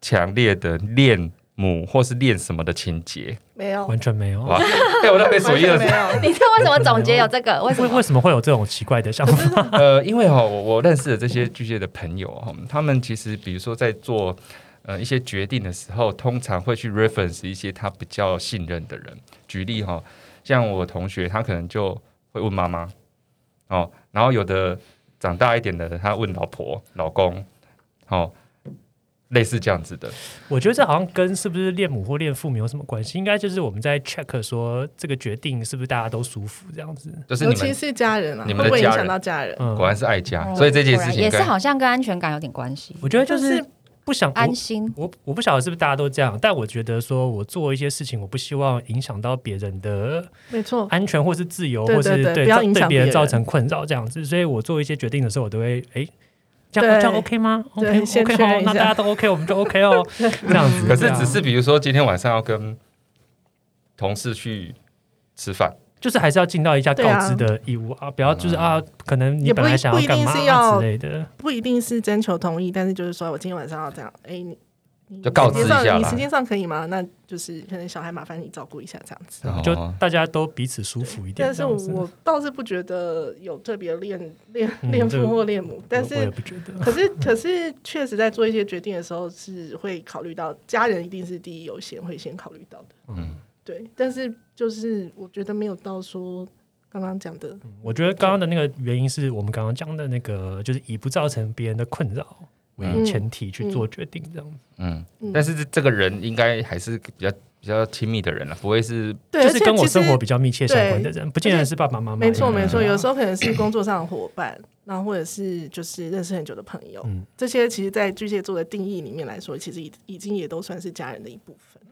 Speaker 5: 强烈的恋母或是恋什么的情节。
Speaker 3: 没有，
Speaker 2: 完全没有。
Speaker 5: 哇，哎、我那被锁
Speaker 3: 完
Speaker 5: 一
Speaker 3: 全
Speaker 5: 了
Speaker 3: 没。有。
Speaker 1: 你知道为什么总结有这个？为什
Speaker 2: 为
Speaker 1: 么
Speaker 2: 为？什么会有这种奇怪的想法？
Speaker 5: 呃，因为哈、我我认识的这些巨蟹的朋友哈、他们其实比如说在做呃一些决定的时候，通常会去 reference 一些他比较信任的人。举例哈、像我同学，他可能就会问妈妈哦，然后有的长大一点的，他问老婆、老公，哦，类似这样子的。
Speaker 2: 我觉得这好像跟是不是恋母或恋父没有什么关系，应该就是我们在 check 说这个决定是不是大家都舒服这样子。
Speaker 5: 就是
Speaker 3: 尤
Speaker 5: 你
Speaker 3: 其
Speaker 5: 们
Speaker 3: 是家人啊，
Speaker 5: 你
Speaker 3: 会
Speaker 5: 们的
Speaker 3: 不会
Speaker 5: 家
Speaker 3: 影响
Speaker 5: 人
Speaker 3: 到家人？
Speaker 2: 嗯，
Speaker 5: 果然是爱家，啊所以这件事情
Speaker 1: 哦也是
Speaker 5: 跟
Speaker 1: 好像跟安全感有点关系，
Speaker 2: 我觉得就
Speaker 3: 但
Speaker 2: 是
Speaker 3: 是
Speaker 2: 不想我
Speaker 1: 安心。
Speaker 2: 我我不晓得是不是大家都这样，但我觉得说我做一些事情，我不希望影响到别人的
Speaker 3: 没错，
Speaker 2: 安全或是自由，
Speaker 3: 对
Speaker 2: 或是
Speaker 3: 对对
Speaker 2: 对
Speaker 3: 不要
Speaker 2: 造
Speaker 3: 影
Speaker 2: 对
Speaker 3: 响
Speaker 2: 别
Speaker 3: 别
Speaker 2: 人
Speaker 3: 人
Speaker 2: 造成困扰这样子。所以我做一些决定的时候，我都会哎。这样
Speaker 3: 对
Speaker 2: 这样 OK 吗
Speaker 3: 对
Speaker 2: ？OK
Speaker 3: 先
Speaker 2: OK
Speaker 3: 确认
Speaker 2: 哦，
Speaker 3: 一
Speaker 2: 那
Speaker 3: 下
Speaker 2: 大家都 OK，我们就 OK 哦，这样子。
Speaker 5: 可是
Speaker 2: 对啊
Speaker 5: 只是比如说今天晚上要跟同事去吃饭。
Speaker 2: 就是还是要尽到一下
Speaker 3: 对啊
Speaker 2: 告知的义务啊，不要就是啊，可能你
Speaker 3: 也不
Speaker 2: 本来
Speaker 3: 一
Speaker 2: 想干嘛
Speaker 3: 不一定是要
Speaker 2: 之类的。
Speaker 3: 不一定是征求同意，但是就是说我今天晚上要这样，哎、你你
Speaker 5: 就告知
Speaker 3: 时间上
Speaker 5: 一下啦
Speaker 3: 你时间上可以吗？那就是可能小孩麻烦你照顾一下这样子。
Speaker 5: 哦
Speaker 2: 就大家都彼此舒服一点。
Speaker 3: 但是
Speaker 2: 这样子
Speaker 3: 我倒是不觉得有特别恋恋
Speaker 2: 嗯
Speaker 3: 恋
Speaker 2: 这个
Speaker 3: 父或恋母，但
Speaker 2: 我我也
Speaker 3: 是
Speaker 2: 不觉 得，
Speaker 3: 可是可是确实在做一些决定的时候是会考虑到家人一定是第一优先会先考虑到的，
Speaker 5: 嗯，
Speaker 3: 对。但是就是我觉得没有到说刚刚讲的，
Speaker 2: 我觉得刚刚的那个原因是我们刚刚讲的那个，就是以不造成别人的困扰为
Speaker 5: 嗯
Speaker 2: 前提去做决定，这样子。
Speaker 5: 嗯
Speaker 3: 嗯，
Speaker 5: 但是这这个人应该还是比较比较亲密的人了，不会是
Speaker 3: 对，
Speaker 2: 就
Speaker 3: 而
Speaker 2: 是
Speaker 3: 且
Speaker 2: 跟我
Speaker 3: 其实
Speaker 2: 生活比较嗯啊密切相关的人，不见得是爸爸妈妈。
Speaker 3: 没错，没错，有时
Speaker 2: 候
Speaker 3: 候可能是工作上的伙伴，然后或者是就是认识很久的朋友，
Speaker 2: 嗯
Speaker 3: 这些其实，在巨蟹座的定义里面来说，其实已已经也都算是家人的一部分。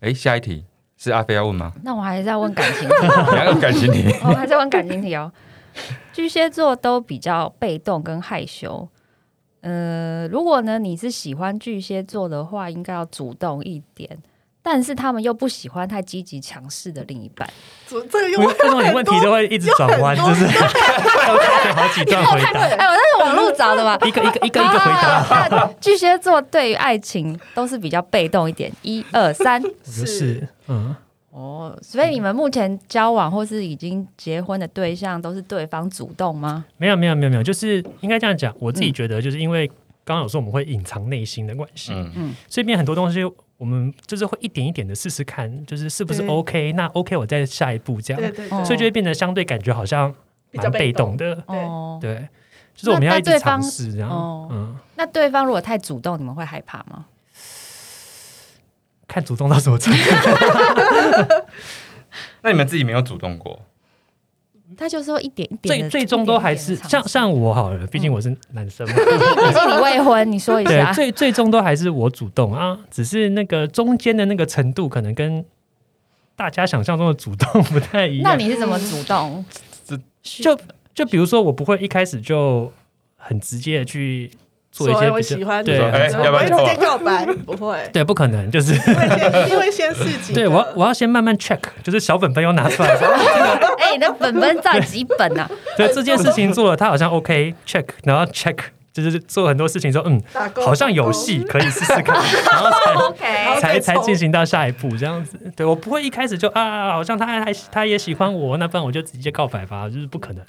Speaker 5: 哎，下一题是阿飞要问吗？
Speaker 1: 那我还是要问感情题，
Speaker 5: 你要用感情题，
Speaker 1: 我还是要问感情题哦。巨蟹座都比较被动跟害羞。呃，如果呢你是喜欢巨蟹座的话，应该要主动一点，但是他们又不喜欢太积极强势的另一半。
Speaker 3: 这这个又
Speaker 2: 为为什么你问题都会一直转弯，就是 要看好几段回答，
Speaker 1: 哎，我那是网络找的吧？
Speaker 2: 一个一个一个一个回答。
Speaker 1: 啊那巨蟹座对于爱情都是比较被动一点，一二 三。
Speaker 2: 我觉得是，嗯，
Speaker 1: 哦，所以你们目前交往或是已经结婚的对象都是对方主动吗？
Speaker 2: 没有没有没有没有，就是应该这样讲。我自己
Speaker 1: 嗯
Speaker 2: 觉得，就是因为刚刚有说我们会隐藏内心的关系，
Speaker 5: 嗯，
Speaker 2: 这边很多东西我们就是会一点一点的试试看，就是是不是
Speaker 3: 对
Speaker 2: OK，那 OK 我再下一步这
Speaker 3: 对
Speaker 2: 样，
Speaker 3: 对
Speaker 1: 哦
Speaker 3: 对，
Speaker 2: 所以就会变得相对感觉好像
Speaker 3: 比较
Speaker 2: 蛮被动。的，
Speaker 3: 对
Speaker 1: 哦，
Speaker 2: 对，就是我们要一直尝试这
Speaker 1: 那对
Speaker 2: 样
Speaker 1: 方哦，
Speaker 2: 嗯，
Speaker 1: 那对方如果太主动，你们会害怕吗？
Speaker 2: 看主动到什么程 度，
Speaker 5: 那你们自己没有主动过，
Speaker 1: 他就说一点一点
Speaker 2: 最
Speaker 1: 的，
Speaker 2: 最终都还是
Speaker 1: 一点一点地尝
Speaker 2: 像
Speaker 1: 试
Speaker 2: 像我好了，毕竟我是男生嘛，
Speaker 1: 毕竟你未婚，你说一
Speaker 2: 对，
Speaker 1: 下。
Speaker 2: 最最终都还是我主动啊，只是那个中间的那个程度可能跟。大家想象中的主动不太一样。
Speaker 1: 那你是怎么主动？
Speaker 2: 就就比如说，我不会一开始就很直接的去做一些
Speaker 3: 所以我
Speaker 2: 比较
Speaker 3: 喜欢你，哦
Speaker 2: 对
Speaker 5: 说哎
Speaker 3: 我不
Speaker 5: 要不
Speaker 3: 会
Speaker 5: 然
Speaker 3: 直接告白，不 会，
Speaker 2: 对，不可能，就是
Speaker 3: 会先因为先试几个，
Speaker 2: 对我要我要先慢慢 check，就是小本本要拿出来，
Speaker 1: 哎、你的本本照几本 啊？
Speaker 2: 对这件事情做了，他好像 OK check，然后 check 就是做很多事情说嗯，
Speaker 3: 打勾
Speaker 2: 好像有戏，可以试试看，然后才
Speaker 1: OK，
Speaker 2: 才
Speaker 3: 再
Speaker 2: 才
Speaker 3: 抽
Speaker 2: 进行到下一步这样子。对我不会一开始就啊，好像他还他也喜欢我，那不然我就直接告白吧，就是不可能。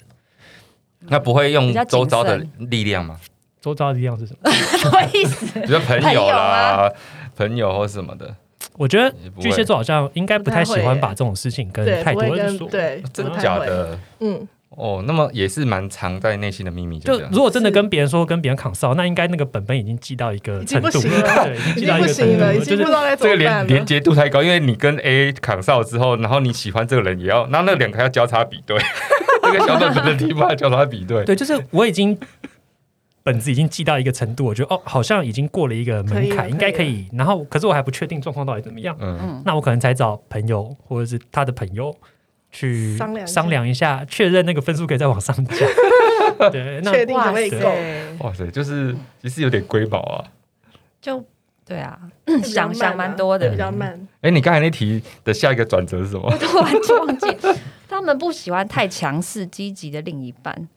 Speaker 5: 那不会用
Speaker 1: 比较谨
Speaker 5: 周
Speaker 1: 慎
Speaker 5: 遭的力量吗？
Speaker 2: 周遭的力量是什 么？
Speaker 1: 什么意思？
Speaker 5: 比如说朋友啦、朋友或什么的，
Speaker 2: 我觉得
Speaker 5: 也不会
Speaker 2: 巨蟹座好像应该不太喜
Speaker 3: 不太
Speaker 2: 欢
Speaker 3: 会
Speaker 2: 把这种事情跟
Speaker 3: 对，
Speaker 2: 嗯太
Speaker 3: 不
Speaker 2: 多
Speaker 3: 会
Speaker 2: 人
Speaker 3: 跟
Speaker 2: 说。
Speaker 3: 对，
Speaker 5: 真
Speaker 3: 不太
Speaker 5: 假
Speaker 3: 会，
Speaker 5: 的
Speaker 3: 嗯，
Speaker 5: 哦，那么也是蛮藏在内心的秘密，
Speaker 2: 就
Speaker 5: 这样
Speaker 2: 如果真的跟别人说跟别人扛骚，那应该那个本本已经记到一个
Speaker 3: 已
Speaker 2: 程
Speaker 3: 经
Speaker 2: 度，
Speaker 3: 不行了
Speaker 2: 对，已经
Speaker 3: 已
Speaker 2: 记
Speaker 3: 经
Speaker 2: 到一
Speaker 3: 不
Speaker 2: 个程
Speaker 3: 行
Speaker 2: 度
Speaker 3: 了，已
Speaker 2: 了，就
Speaker 3: 经不知
Speaker 2: 是
Speaker 3: 道该怎
Speaker 5: 这个
Speaker 3: 么
Speaker 5: 连
Speaker 3: 办
Speaker 5: 连
Speaker 3: 了。
Speaker 5: 接度太高，因为你跟 A 扛哨之后，然后你喜欢这个人也要，那那两个要交叉比对， 那个小本本的题目要交叉比对，
Speaker 2: 对，就是我已经本子已经记到一个程度，我觉得哦，好像已经过了一个门
Speaker 3: 可以
Speaker 2: 槛，
Speaker 3: 了
Speaker 2: 应该
Speaker 3: 可
Speaker 2: 可
Speaker 3: 以
Speaker 2: 以。然后，可是我还不确定状况到底怎么样，
Speaker 5: 嗯，
Speaker 1: 嗯，
Speaker 2: 那我可能才找朋友或者是他的朋友去
Speaker 3: 商量一下
Speaker 2: 一 下，确认那个分数可以再往上加。对，那
Speaker 3: 确定的
Speaker 1: 哇
Speaker 3: 胃口，
Speaker 1: 塞，
Speaker 5: 哇塞，就是其实有点瑰宝啊。
Speaker 1: 就对啊，
Speaker 3: 比较
Speaker 1: 想
Speaker 3: 慢
Speaker 1: 想
Speaker 3: 啊
Speaker 1: 蛮多
Speaker 3: 比
Speaker 1: 的，
Speaker 3: 较慢。
Speaker 5: 哎，你刚才那题的下一个转折是什么？
Speaker 1: 我突然就忘记，他们不喜欢太强势积极的另一半，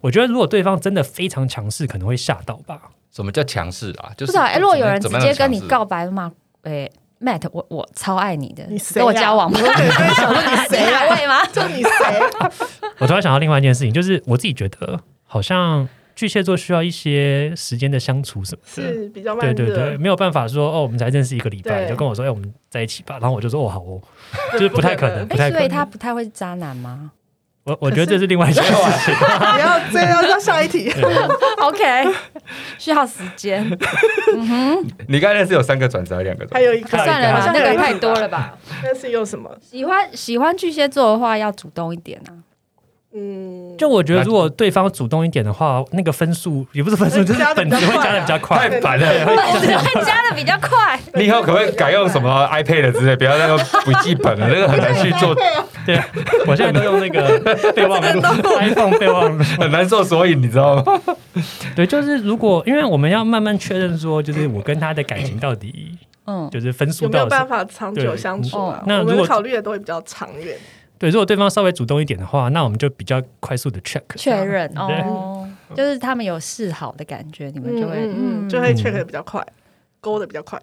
Speaker 2: 我觉得如果对方真的非常强势，可能会吓到吧。
Speaker 5: 什么叫强势啊？
Speaker 1: 不
Speaker 5: 就是
Speaker 1: 知道哎，如果有人直接跟你
Speaker 5: 怎么样的强势
Speaker 1: 告白嘛，哎，Matt，我我超爱你的，
Speaker 3: 你谁
Speaker 1: 跟
Speaker 3: 啊
Speaker 1: 我交往吧，
Speaker 3: 我本来想说 你
Speaker 1: 你
Speaker 3: 谁
Speaker 1: 哪
Speaker 3: 啊？
Speaker 1: 位吗？
Speaker 3: 就你谁？
Speaker 2: 我突然想到另外一件事情，就是我自己觉得好像巨蟹座需要一些时间的相处什么的。
Speaker 3: 是比较
Speaker 2: 对
Speaker 3: 慢
Speaker 2: 对对，
Speaker 3: 热，
Speaker 2: 没有办法说哦，我们才认识一个礼拜，
Speaker 3: 对
Speaker 2: 你就跟我说哎，我们在一起吧。然后我就说哦，好哦，就是不太可能，不
Speaker 1: 哎，
Speaker 2: 太可
Speaker 1: 所以他
Speaker 2: 能。
Speaker 1: 不太会是渣男吗
Speaker 2: 我我觉得这是另外一件事情。
Speaker 3: 不要这样，要下一题。
Speaker 1: ？OK，需要时间，
Speaker 5: 你刚才那是有三个转折，还是两个
Speaker 3: 还
Speaker 5: 转折
Speaker 3: 有一个，
Speaker 1: 算了
Speaker 2: 好
Speaker 1: 啦，
Speaker 2: 像
Speaker 1: 那
Speaker 3: 有一
Speaker 1: 个
Speaker 3: 题
Speaker 1: 太多了吧。
Speaker 3: 那是用什么？
Speaker 1: 喜欢喜欢巨蟹座的话，要主动一点啊。
Speaker 3: 嗯，
Speaker 2: 就我觉得，如果对方主动一点的话，那个分数也不是分数，就是本子
Speaker 3: 啊
Speaker 2: 会加的比较快。
Speaker 5: 哎太烦了。
Speaker 1: 本子会加的比较快，
Speaker 5: 你以后可不可以改用什么 iPad 之类，不要那个笔记本了，那个很难去 做，
Speaker 3: 啊
Speaker 2: 对，我现在都用那 个备忘录，iPhone 备忘录。
Speaker 5: 很难做索引，你知道吗？
Speaker 2: 对，就是如果因为我们要慢慢确认说，就是我跟他的感情到底
Speaker 1: 嗯，
Speaker 2: 就是分数
Speaker 3: 有没有
Speaker 2: 到底
Speaker 3: 办
Speaker 2: 是
Speaker 3: 法长久相处啊
Speaker 1: 对？
Speaker 2: 那
Speaker 3: 我
Speaker 2: 如
Speaker 3: 们
Speaker 2: 果
Speaker 3: 考虑的都会比较长远。
Speaker 2: 对，如果对方稍微主动一点的话，那我们就比较快速的 check
Speaker 1: 确认
Speaker 2: 对
Speaker 1: 哦，就是他们有示好的感觉，你们就会
Speaker 3: 嗯
Speaker 1: 嗯
Speaker 3: 嗯，就会
Speaker 2: 嗯
Speaker 3: check 的比较快，勾的比较快。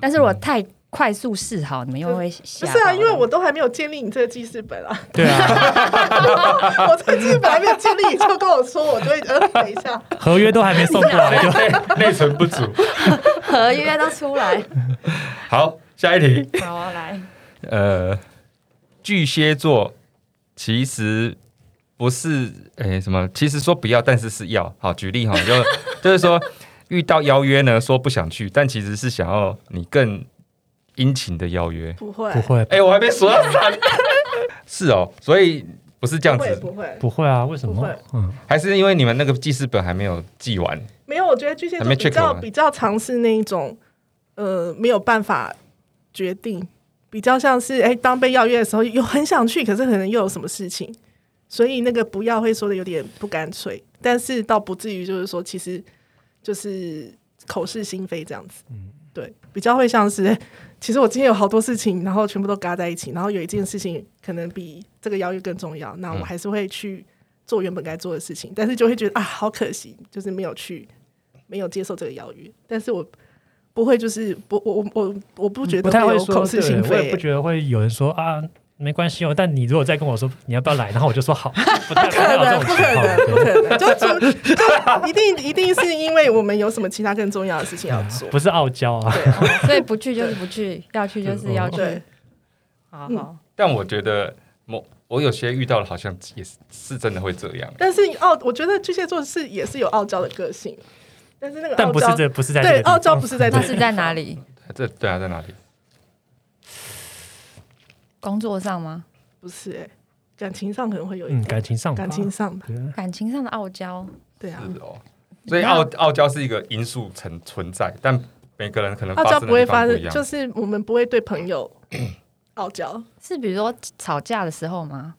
Speaker 1: 但是如果太快速示好，你们又会
Speaker 3: 不
Speaker 1: 吓到
Speaker 3: 是啊，因为我都还没有建立你这个记事本啊，
Speaker 2: 对啊，
Speaker 3: 我这个记事本还没有建立，你就跟我说，我就会 呃，等一下，
Speaker 2: 合约都还没送过
Speaker 5: 哎
Speaker 2: 来就
Speaker 5: 内存不足。
Speaker 1: 合约都出来，
Speaker 5: 好，下一 题。
Speaker 1: 好啊，来，
Speaker 5: 呃，巨蟹座其实不是诶、什么，其实说不要，但是是要。好，举例哈，就 就是说遇到邀约呢，说不想去，但其实是想要你更殷勤的邀约。
Speaker 3: 不会，
Speaker 2: 不会
Speaker 5: 哎、我还没数到三，是哦，所以不是这样
Speaker 3: 不会，
Speaker 5: 子，
Speaker 3: 不会，
Speaker 2: 不会啊？为什
Speaker 3: 不
Speaker 2: 么
Speaker 3: 会？
Speaker 2: 嗯，
Speaker 5: 还是因为你们那个记事本还没有记完，
Speaker 3: 没有。我觉得巨蟹
Speaker 5: 还
Speaker 3: 座
Speaker 5: 没
Speaker 3: 比
Speaker 5: check
Speaker 3: 较
Speaker 5: 完
Speaker 3: 比较尝试那一种，呃，没有办法决定，比较像是哎，当被邀约的时候，有很想去，可是可能又有什么事情，所以那个不要会说的有点不干脆，但是倒不至于就是说，其实就是口是心非这样子。对，比较会像是，其实我今天有好多事情，然后全部都嘎在一起，然后有一件事情可能比这个邀约更重要，那我还是会去做原本该做的事情，但是就会觉得啊，好可惜，就是没有去，没有接受这个邀约，但是我。不会，就是不，我我我我不觉
Speaker 2: 不
Speaker 3: 得
Speaker 2: 太
Speaker 3: 会
Speaker 2: 会
Speaker 3: 有
Speaker 2: 说，
Speaker 3: 口是心
Speaker 2: 对我也
Speaker 3: 非
Speaker 2: 不，觉得会有人说啊。没关系哦，但你如果再跟我说你要不要来，然后我就说 好，不太
Speaker 3: 不可
Speaker 2: 会有这种
Speaker 3: 能，不
Speaker 2: 情
Speaker 3: 可
Speaker 2: 况
Speaker 3: 能，不可能，就就就一定一定是因为我们有什么其他更重要的事情要做
Speaker 2: 对，不是傲娇啊，
Speaker 1: 所以不去就是不去，要去就是要去，，
Speaker 3: 对
Speaker 1: 嗯好好，
Speaker 5: 但我觉得某我有些遇到的，好像也是是真的会这样。
Speaker 3: 但是傲，我觉得巨蟹座是也是有傲娇的个性，但是那 个
Speaker 2: 但
Speaker 3: 傲
Speaker 2: 不是
Speaker 3: 娇
Speaker 2: 这不是在这
Speaker 3: 对
Speaker 2: 个
Speaker 3: 哦
Speaker 2: 地方
Speaker 3: 傲娇 不是在这
Speaker 1: 那
Speaker 3: 里，
Speaker 1: 是在哪里？
Speaker 5: 这对啊，在哪里？
Speaker 1: 工作上吗？
Speaker 3: 不是哎、感情上可能会有一
Speaker 2: 嗯
Speaker 3: 点、
Speaker 2: 感情上吧
Speaker 3: 感情上吧，
Speaker 2: 对
Speaker 1: 感情上的傲娇，
Speaker 3: 对啊，
Speaker 5: 是哦，所以傲傲娇是一个因素存存在，但每个人可能
Speaker 3: 傲
Speaker 5: 发
Speaker 3: 娇
Speaker 5: 生的
Speaker 3: 不会
Speaker 5: 地
Speaker 3: 发
Speaker 5: 方不一
Speaker 3: 生，
Speaker 5: 样。
Speaker 3: 就是我们不会对朋 友傲娇，
Speaker 1: 是比如说吵架的时候吗？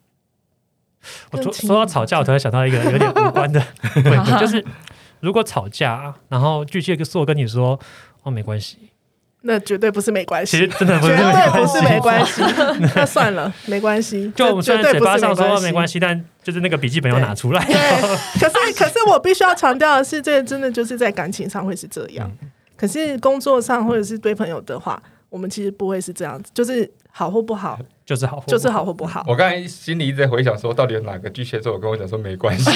Speaker 2: 我
Speaker 3: 更
Speaker 2: 说
Speaker 3: 亲
Speaker 2: 说到吵架，我突然想到一个有点无关 的问题，就是如果吵架，然后巨蟹座跟你说哦没关系，
Speaker 3: 那绝对不是没关
Speaker 2: 其
Speaker 3: 系，
Speaker 2: 实真的不
Speaker 3: 绝
Speaker 2: 是没
Speaker 3: 对
Speaker 2: 关
Speaker 3: 不
Speaker 2: 系
Speaker 3: 是。没关系， 那算了，没关系，
Speaker 2: 就我们虽
Speaker 3: 这绝
Speaker 2: 然
Speaker 3: 对
Speaker 2: 嘴
Speaker 3: 不
Speaker 2: 巴
Speaker 3: 是
Speaker 2: 上说没关
Speaker 3: 系。
Speaker 2: 系，但就是那个笔记本要拿出来。
Speaker 3: 对，可是可是我必须要强调的是，这个真的就是在感情上会是这样，可是工作上或者是对朋友的话，我们其实不会是这样子，就是好或不好，
Speaker 2: 就是好，
Speaker 3: 就是。好或不好。
Speaker 5: 我刚才心里一直在回想，说到底有哪个巨蟹座跟我讲说没关 系，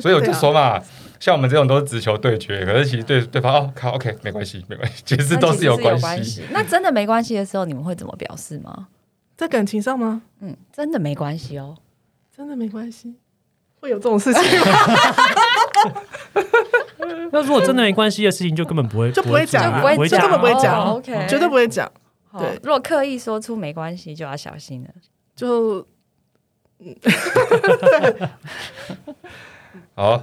Speaker 5: 所以我就说嘛，
Speaker 3: 啊
Speaker 5: 像我们这种都是直球对决，可是其实对对方哦，靠，OK，没关系，没关系，其实都是有关系。。
Speaker 1: 那真的没关系的时候，你们会怎么表示吗？
Speaker 3: 在感情上吗？
Speaker 1: 嗯，真的没关系哦。
Speaker 3: 真的没关系，会有这种事情吗？
Speaker 2: 那如果真的没关系的事情，就根本不会
Speaker 3: 就不会讲啊
Speaker 2: 做
Speaker 1: 就不会
Speaker 2: 讲啊，
Speaker 3: 就根本不会讲
Speaker 1: 哦，OK
Speaker 3: 绝对不会讲。
Speaker 1: 好
Speaker 3: 对
Speaker 1: 如果刻意说出没关系，就要小心了。
Speaker 3: 就
Speaker 5: 好，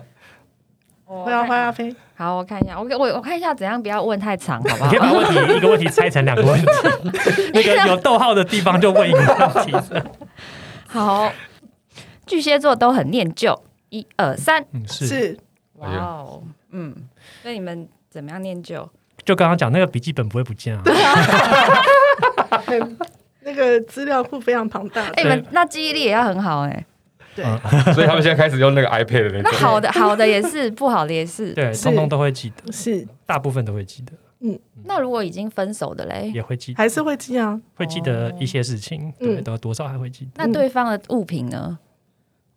Speaker 1: 我
Speaker 3: 会啊会啊飞，
Speaker 1: 好，我看一下，我我我看一下怎样不要问太长，好不
Speaker 2: 你
Speaker 3: 哎
Speaker 2: 可以
Speaker 1: 好？
Speaker 2: 把问题一个问 题拆成两个问题，那个有逗号的地方就问一个问题。
Speaker 1: 好，巨蟹座都很念旧，一二三，
Speaker 2: 嗯，是。
Speaker 3: 是
Speaker 1: 哇
Speaker 5: 哎呀
Speaker 1: 哦，嗯，所以你们怎么样念旧？
Speaker 2: 就刚刚讲那个笔记本不会不见啊，
Speaker 3: 那个资料库非常庞大。
Speaker 1: 哎、你们那记忆力也要很好哎、
Speaker 3: 对，
Speaker 2: 嗯
Speaker 5: 所以他们现在开始用那个 iPad 的那
Speaker 1: 那
Speaker 5: 种。
Speaker 1: 好的好的也是， 不好的也是。
Speaker 2: 对，
Speaker 3: 是
Speaker 2: 通通都会记得，
Speaker 3: 是
Speaker 2: 大部分都会记得，
Speaker 1: 那如果已经分手的嘞，
Speaker 2: 也会记得，
Speaker 3: 还是会这样。
Speaker 2: 会记得一些事情，对，
Speaker 3: 嗯
Speaker 2: 都多少还会记得，
Speaker 1: 那对方的物品呢？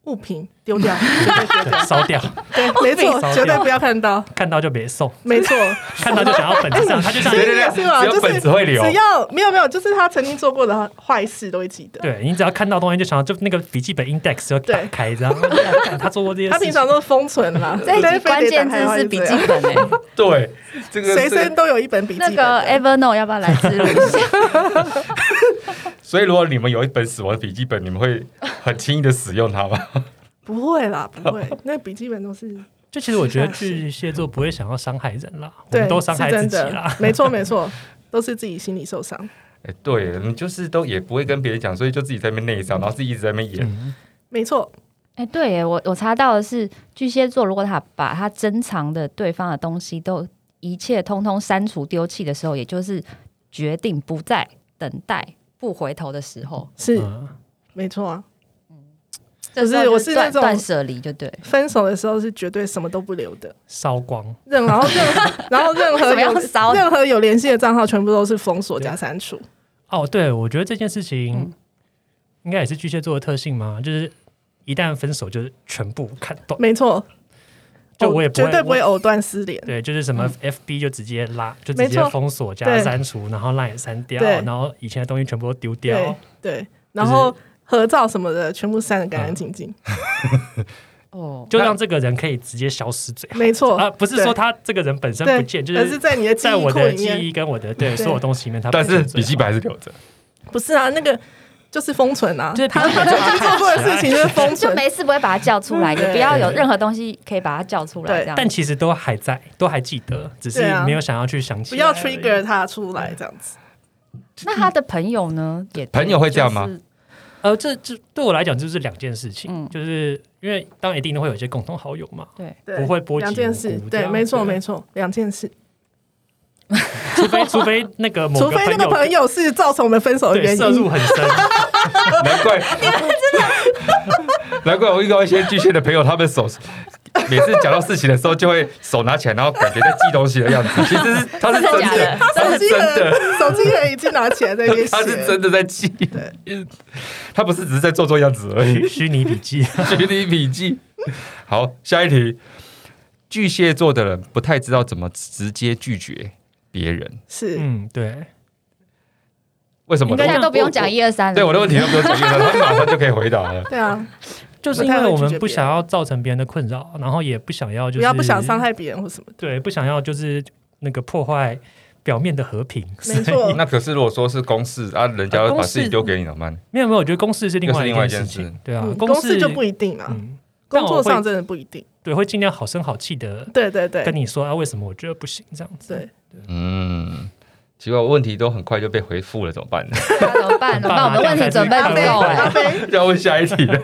Speaker 3: 物品丢掉，绝对丢
Speaker 2: 对烧 掉，
Speaker 3: 对，没
Speaker 2: 物品
Speaker 3: 错，绝对不要看到，
Speaker 2: 看到就别送，
Speaker 3: 没错，
Speaker 2: 看到就想要本 子上，他就像
Speaker 5: 对对对，
Speaker 3: 也
Speaker 5: 只
Speaker 3: 是嘛，
Speaker 5: 有
Speaker 3: 就是
Speaker 5: 本子会留。
Speaker 3: 只要没有没有，就是他曾经做过的坏事都会记得。
Speaker 2: 对你只要看到东西就想要，就那个笔记本 index 就打开，这样 他做过这些
Speaker 3: 他
Speaker 2: 事
Speaker 3: 平
Speaker 2: 情
Speaker 3: 常，都是封存啦，
Speaker 1: 这一
Speaker 3: 但
Speaker 1: 集
Speaker 3: 是嗯非得
Speaker 1: 关键
Speaker 3: 打开的
Speaker 1: 字
Speaker 3: 话
Speaker 1: 是
Speaker 3: 就
Speaker 1: 笔
Speaker 3: 这
Speaker 1: 记
Speaker 3: 样，
Speaker 1: 本哎、
Speaker 5: 对，这个
Speaker 3: 随
Speaker 5: 这个
Speaker 3: 身都有一本笔记
Speaker 1: 那
Speaker 3: 本
Speaker 1: 个
Speaker 3: 的。
Speaker 1: Evernote 要不要来记录一下？
Speaker 5: 所以如果你们有一本死亡的笔记本，你们会很轻易的使用它吗？
Speaker 3: 不会啦，不 会，那笔记本都是
Speaker 2: 就其实我觉得巨蟹座不会想要伤害人啦，我
Speaker 3: 对，
Speaker 2: 们都伤害
Speaker 3: 是
Speaker 2: 自
Speaker 3: 真
Speaker 2: 己
Speaker 3: 的
Speaker 2: 啦，
Speaker 3: 没错没错，都是自己心里受伤。
Speaker 5: 哎、对你就是都也不会跟别人讲，所以就自己在那边内伤，然后自己一直在那边演。
Speaker 2: 嗯，
Speaker 3: 没错，
Speaker 1: 哎、对耶，我我查到的是巨蟹座，如果他把他珍藏的对方的东西都一切通通删除丢弃的时候，也就是决定不再等待、不回头的时候，
Speaker 3: 是
Speaker 2: 嗯
Speaker 3: 没错啊。
Speaker 1: 这时候
Speaker 3: 是我
Speaker 1: 就是
Speaker 3: 那
Speaker 1: 断
Speaker 3: 种
Speaker 1: 断舍离，就对。
Speaker 3: 分手的时候是绝对什么都不留的，
Speaker 2: 烧光，
Speaker 3: 任然后 任然后任
Speaker 1: 为什
Speaker 3: 何
Speaker 1: 么要烧
Speaker 3: 有任何有联系的账号全部都是封锁加删除。
Speaker 2: 哦，对，我觉得这件事情
Speaker 1: 嗯
Speaker 2: 应该也是巨蟹座的特性嘛，就是一旦分手就是全部砍断，
Speaker 3: 没错，
Speaker 2: 就我也不会
Speaker 3: 绝对不会藕断丝连。
Speaker 2: 对，就是什么 FB 就直接拉，就直
Speaker 3: 嗯没
Speaker 2: 接
Speaker 3: 错
Speaker 2: 封锁加
Speaker 3: 对
Speaker 2: 删除，然后 LINE 也删掉，
Speaker 3: 对
Speaker 2: 然后以前的东西全部都丢掉
Speaker 3: 对。对，然后合照什么的全部删的干干净
Speaker 2: 嗯
Speaker 3: 净。
Speaker 1: 哦，
Speaker 2: 就让这个人可以直接消失最好
Speaker 3: 没错
Speaker 2: 啊！不是说
Speaker 3: 对
Speaker 2: 他这个人本身
Speaker 3: 对，
Speaker 2: 不见，就
Speaker 3: 而是
Speaker 2: 是
Speaker 3: 在你的记
Speaker 2: 在
Speaker 3: 忆
Speaker 2: 我
Speaker 3: 库
Speaker 2: 的
Speaker 3: 里
Speaker 2: 记
Speaker 3: 面，
Speaker 2: 忆跟我的对
Speaker 3: 对
Speaker 2: 所有东西里面，他
Speaker 5: 但是
Speaker 2: 不见最
Speaker 5: 笔
Speaker 2: 好
Speaker 5: 记本还是留 着，
Speaker 3: 不是啊，那个就是封存啊，
Speaker 2: 就是
Speaker 3: 他他曾 经做过的事情就是封
Speaker 1: 就
Speaker 3: 存。
Speaker 1: 没事不会把它叫出 来，也
Speaker 3: 对
Speaker 1: 不要有任何东西可以把它叫出来，
Speaker 3: 对
Speaker 1: 这样。
Speaker 2: 但其实都还在，都还记得，只是
Speaker 3: 对啊
Speaker 2: 没有想要去想起
Speaker 3: 不
Speaker 2: 来而
Speaker 3: 要
Speaker 2: 已。
Speaker 3: trigger 他出来这样子，
Speaker 1: 那他的朋友呢？也
Speaker 5: 朋友会这样吗
Speaker 1: 就是
Speaker 2: 呃，这这对我来讲就是两件事情，
Speaker 1: 嗯
Speaker 2: 就是因为当然一定会有一些共同好友嘛，
Speaker 1: 对，
Speaker 3: 对，
Speaker 2: 不会波及
Speaker 3: 两件事
Speaker 2: 无辜，这
Speaker 3: 对，
Speaker 2: 样
Speaker 3: 没错
Speaker 2: 对
Speaker 3: 没错，两件事，
Speaker 2: 除非除非那个某
Speaker 3: 除非那个朋友是造成我们分手的
Speaker 2: 对
Speaker 3: 哦原
Speaker 2: 摄入
Speaker 3: 因，
Speaker 2: 很深，
Speaker 5: 难怪 难怪我遇到一些巨蟹的朋友，他们手每次讲到事情的时候，就会手拿起来，然后感觉在记东西的样子。其实是他是
Speaker 1: 真
Speaker 5: 真
Speaker 1: 的假的
Speaker 5: 的，
Speaker 2: 啊
Speaker 5: 他
Speaker 3: 手
Speaker 5: 是
Speaker 3: 机
Speaker 5: 真
Speaker 3: 人
Speaker 5: 的，
Speaker 3: 手机人已经拿起来在那边
Speaker 5: 他是
Speaker 3: 写，
Speaker 5: 真的在记。 他不是只是在做做样子而已。
Speaker 2: 虚虚拟笔记，
Speaker 5: 举例笔记。好，下一题。巨蟹座的人不太知道怎么直接拒绝别人，
Speaker 3: 是
Speaker 2: 嗯，对，
Speaker 5: 为什么？
Speaker 2: 应该
Speaker 1: 现在
Speaker 2: 这样
Speaker 1: 都不用讲一二三了。
Speaker 5: 对我的问题都不用解决了，他马上就可以回答了。
Speaker 3: 对啊，
Speaker 2: 就是因为我们不想要造成别人的困扰，然后也不想要就是
Speaker 3: 不要不想伤害别人或什么的，
Speaker 2: 对，不想要就是那个破坏表面的和平。
Speaker 3: 没错，
Speaker 2: 嗯
Speaker 5: 那可是如果说是公事啊，人家把自己丢给你怎么办？
Speaker 2: 没有没有，我觉得公事是另外
Speaker 5: 又是另外一
Speaker 2: 件
Speaker 5: 件
Speaker 2: 事情
Speaker 5: 事，
Speaker 2: 对啊
Speaker 3: 嗯，
Speaker 2: 公
Speaker 3: 公
Speaker 2: 事
Speaker 3: 事就不一定啊，
Speaker 2: 嗯，但
Speaker 3: 工
Speaker 2: 我
Speaker 3: 作上
Speaker 2: 会
Speaker 3: 真的不一定，
Speaker 2: 对会尽量好声好气的
Speaker 3: 对对对
Speaker 2: 跟，你说啊，为什么我觉得不行这样子。
Speaker 3: 对，
Speaker 5: 嗯，奇怪，我问题都很快就被回复了，怎么办呢？
Speaker 1: 那怎么办？怎么办？我们问题准备不够哎、
Speaker 3: 阿飞，
Speaker 5: 要问下一题了。